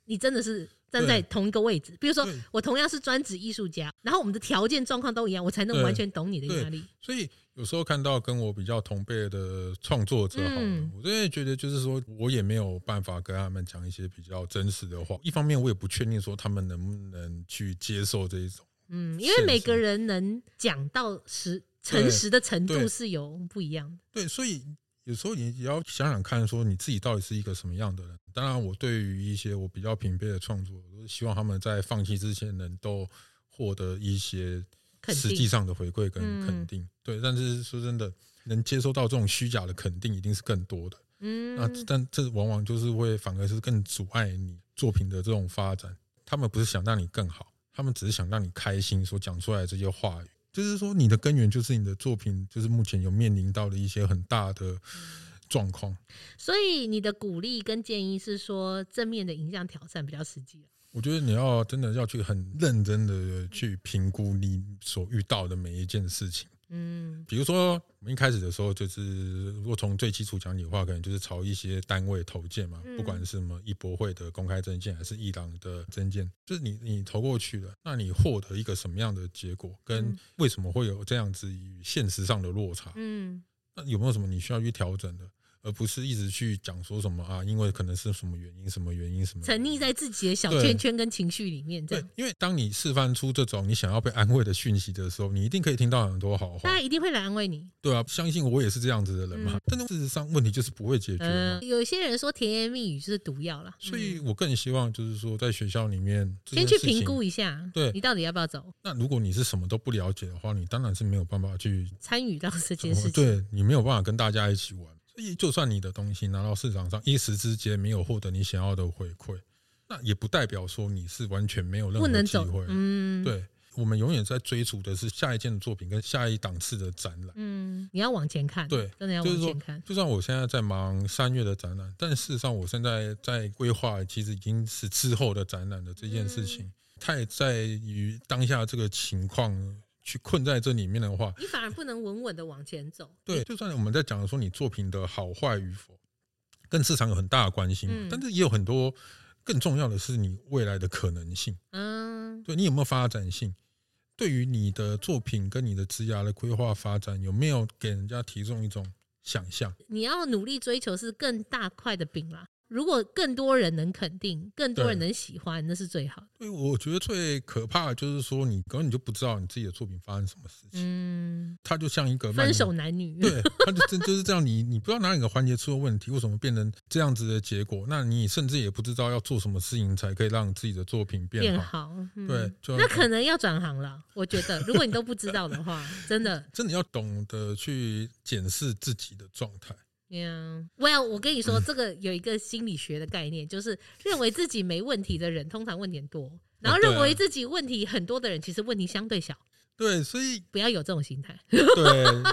S1: 你真的是。站
S2: 对
S1: 在同一个位置，比如说
S2: 对
S1: 我同样是专职艺术家，然后我们的条件状况都一样，我才能
S2: 对
S1: 完全懂你的
S2: 对
S1: 压力。
S2: 所以有时候看到跟我比较同辈的创作者，好了，
S1: 嗯
S2: 我真的觉得就是说我也没有办法跟他们讲一些比较真实的话。一方面，我也不确定说他们能不能去接受这一种。
S1: 嗯，因为
S2: 现
S1: 每
S2: 实
S1: 个人能讲到实诚实的程度
S2: 对
S1: 是有不一样的。
S2: 对，所以有时候你也要想想看，说你自己到底是一个什么样的人。当然，我对于一些我比较平辈的创作，我都希望他们在放弃之前能都获得一些
S1: 肯定
S2: 实际上的回馈跟
S1: 嗯
S2: 肯定。对，但是说真的，能接收到这种虚假的肯定，一定是更多的。
S1: 嗯，
S2: 那但啊这往往就是会反而是更阻碍你作品的这种发展。他们不是想让你更好，他们只是想让你开心所讲出来的这些话语。就是说你的根源就是你的作品，就是目前有面临到的一些很大的状况。
S1: 所以你的鼓励跟建议是说，正面的影响挑战比较实际啊。
S2: 我觉得你要真的要去很认真的去评估你所遇到的每一件事情。
S1: 嗯
S2: 比如说，我们一开始的时候，就是如果从最基础讲起的话，可能就是朝一些单位投件嘛，
S1: 嗯
S2: 不管是什么艺博会的公开征件，还是伊朗的征件，就是你你投过去了，那你获得一个什么样的结果，跟
S1: 嗯
S2: 为什么会有这样子与现实上的落差，
S1: 嗯
S2: 那有没有什么你需要去调整的，而不是一直去讲说什么啊，因为可能是什么原因，什么原因，什么原
S1: 沉
S2: 因
S1: 溺在自己的小
S2: 对
S1: 圈圈跟情绪里面，这
S2: 对
S1: 样，
S2: 因为当你示范出这种你想要被安慰的讯息的时候，你一定可以听到很多好话
S1: 大。家一定会来安慰你。
S2: 对啊，相信我也是这样子的人嘛。
S1: 嗯
S2: 但是事实上，问题就是不会解决嘛。
S1: 嗯，有些人说甜言蜜语就是毒药啦，
S2: 所以
S1: 嗯
S2: 我更希望就是说，在学校里面这
S1: 先
S2: 件
S1: 去
S2: 事情
S1: 评估。一下，
S2: 对
S1: 你到底要不要走，
S2: 那如果你是什么都不了解的话，你当然是没有办法去，
S1: 参与到这件事情。
S2: 哦对你没有办法跟大家一起玩。所以，就算你的东西拿到市场上，一时之间没有获得你想要的回馈，那也不代表说你是完全没有任
S1: 不
S2: 何
S1: 能
S2: 机
S1: 走
S2: 会。，
S1: 嗯，，
S2: 对，我们永远在追逐的是下一件作品跟下一档次的展览。
S1: 嗯，你要往前看，
S2: 对
S1: 真的要
S2: 就是
S1: 往
S2: 说
S1: 前看，，
S2: 就算我现在在忙三月的展览，但事实上我现在在规划，其实已经是之后的展览的这件事
S1: 嗯
S2: 情。太在于当下这个情况去困在这里面的话，
S1: 你反而不能稳稳的往前走，
S2: 对，就算我们在讲说你作品的好坏与否，跟市场有很大的关系嘛，
S1: 嗯
S2: 但是也有很多更重要的是你未来的可能性，
S1: 嗯
S2: 对你有没有发展性。对于你的作品跟你的职涯的规划发展，有没有给人家提供一种想象？
S1: 你要努力追求是更大块的饼啦。如果更多人能肯定，更多人
S2: 对
S1: 能喜欢，那是最好的。
S2: 对，我觉得最可怕的就是说，你根本就不知道你自己的作品发生什么事情，
S1: 嗯，
S2: 它就像一个
S1: 分
S2: 慢牛
S1: 手，男女，
S2: 对，它就真就是这样，你你不知道哪里个环节出了问题，为什么变成这样子的结果？那你甚至也不知道要做什么事情才可以让自己的作品变
S1: 变
S2: 好。
S1: 好，嗯
S2: 对，就
S1: 那可能要转行了。我觉得，如果你都不知道的话，真的，
S2: 真的要懂得去检视自己的状态。
S1: 嗯，Well，我跟你
S2: (laughs)
S1: 说，这个有一个心理学的概念，就是认为自己没问题的人，通常问题很多；然后
S2: 对啊
S1: 认为自己问题很多的人，其实问题相对小。
S2: 对，啊
S1: (laughs)
S2: 所以
S1: 不要有这种心态，
S2: 对，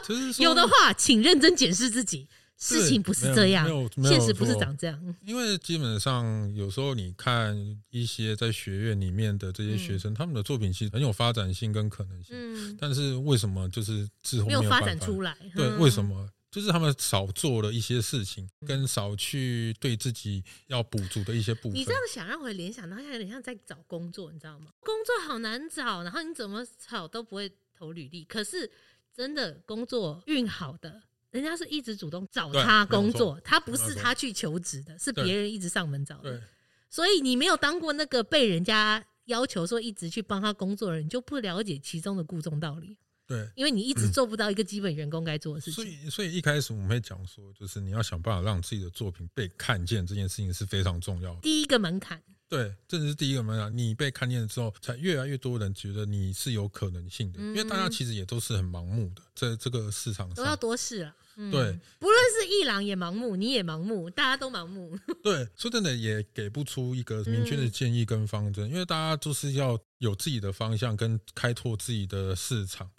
S2: 就是说
S1: 有的话，请认真检视自己，
S2: 对
S1: 事情不是
S2: 没有
S1: 这样
S2: 没，有没有
S1: 现实不是
S2: 错
S1: 长这样。
S2: 因为基本上有时候你看一些在学院里面的这些学生，他们的作品其实很有发展性跟可能性，
S1: 嗯，
S2: 但是为什么就是之后
S1: 没有
S2: 办
S1: 发
S2: 法
S1: 展出来。
S2: 对，
S1: 嗯
S2: 为什？么？就是他们少做了一些事情，跟少去对自己要补足的一些部分
S1: 你。这样想让我联想到，像有点像在找工作，你知道吗？工作好难找，然后你怎么找都不会投履历。可是真的工作运好的，人家是一直主动找
S2: 对
S1: 他
S2: 没有
S1: 工
S2: 错
S1: 作，他不
S2: 没有
S1: 是
S2: 错
S1: 他去求职的，是
S2: 对
S1: 别人一直上门找
S2: 对
S1: 的。，所以你没有当过那个被人家要求说一直去帮他工作的人，你就不了解其中的故中道理，
S2: 对，
S1: 因为你一直做不到一个基本员工该做的事
S2: 嗯所
S1: 情。
S2: 以所以一开始我们会讲说，就是你要想办法让自己的作品被看见，这件事情是非常重要的。
S1: 第一个门槛，
S2: 对，这是第一个门槛。你被看见之后，才越来越多人觉得你是有可能性的，因为大家
S1: 嗯
S2: 其实也都是很盲目的，在这个市场
S1: 都要
S2: 上。
S1: 多试了。嗯
S2: 啊对，
S1: 不论是一郎也盲目，你也盲目，大家都盲目。
S2: 对，说真的，也给不出一个明确的
S1: 嗯
S2: 建议跟方针，因为大家就是要有自己的方向跟开拓自己的市场。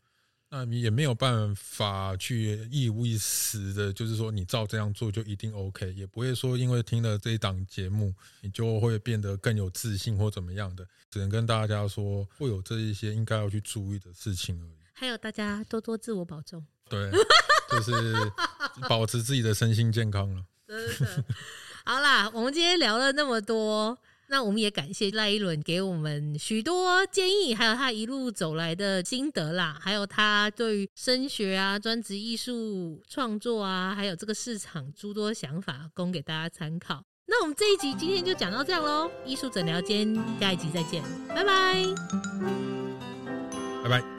S2: 那你也没有办法去一五一十的，就是说你照这样做就一定 OK，也不会说因为听了这一档节目，你就会变得更有自信或怎么样的。只能跟大家说，会有这一些应该要去注意的事情而已。
S1: 还有大家多多自我保重，
S2: 对，就是保持自己的身心健康了。
S1: 真的。好啦，我们今天聊了那么多，那我们也感谢赖一伦给我们许多建议，还有他一路走来的心得啦，还有他对于升学啊、专职艺术创作啊，还有这个市场诸多想法，供给大家参考。那我们这一集今天就讲到这样喽，艺术诊疗间下一集再见，拜拜。
S2: 拜拜。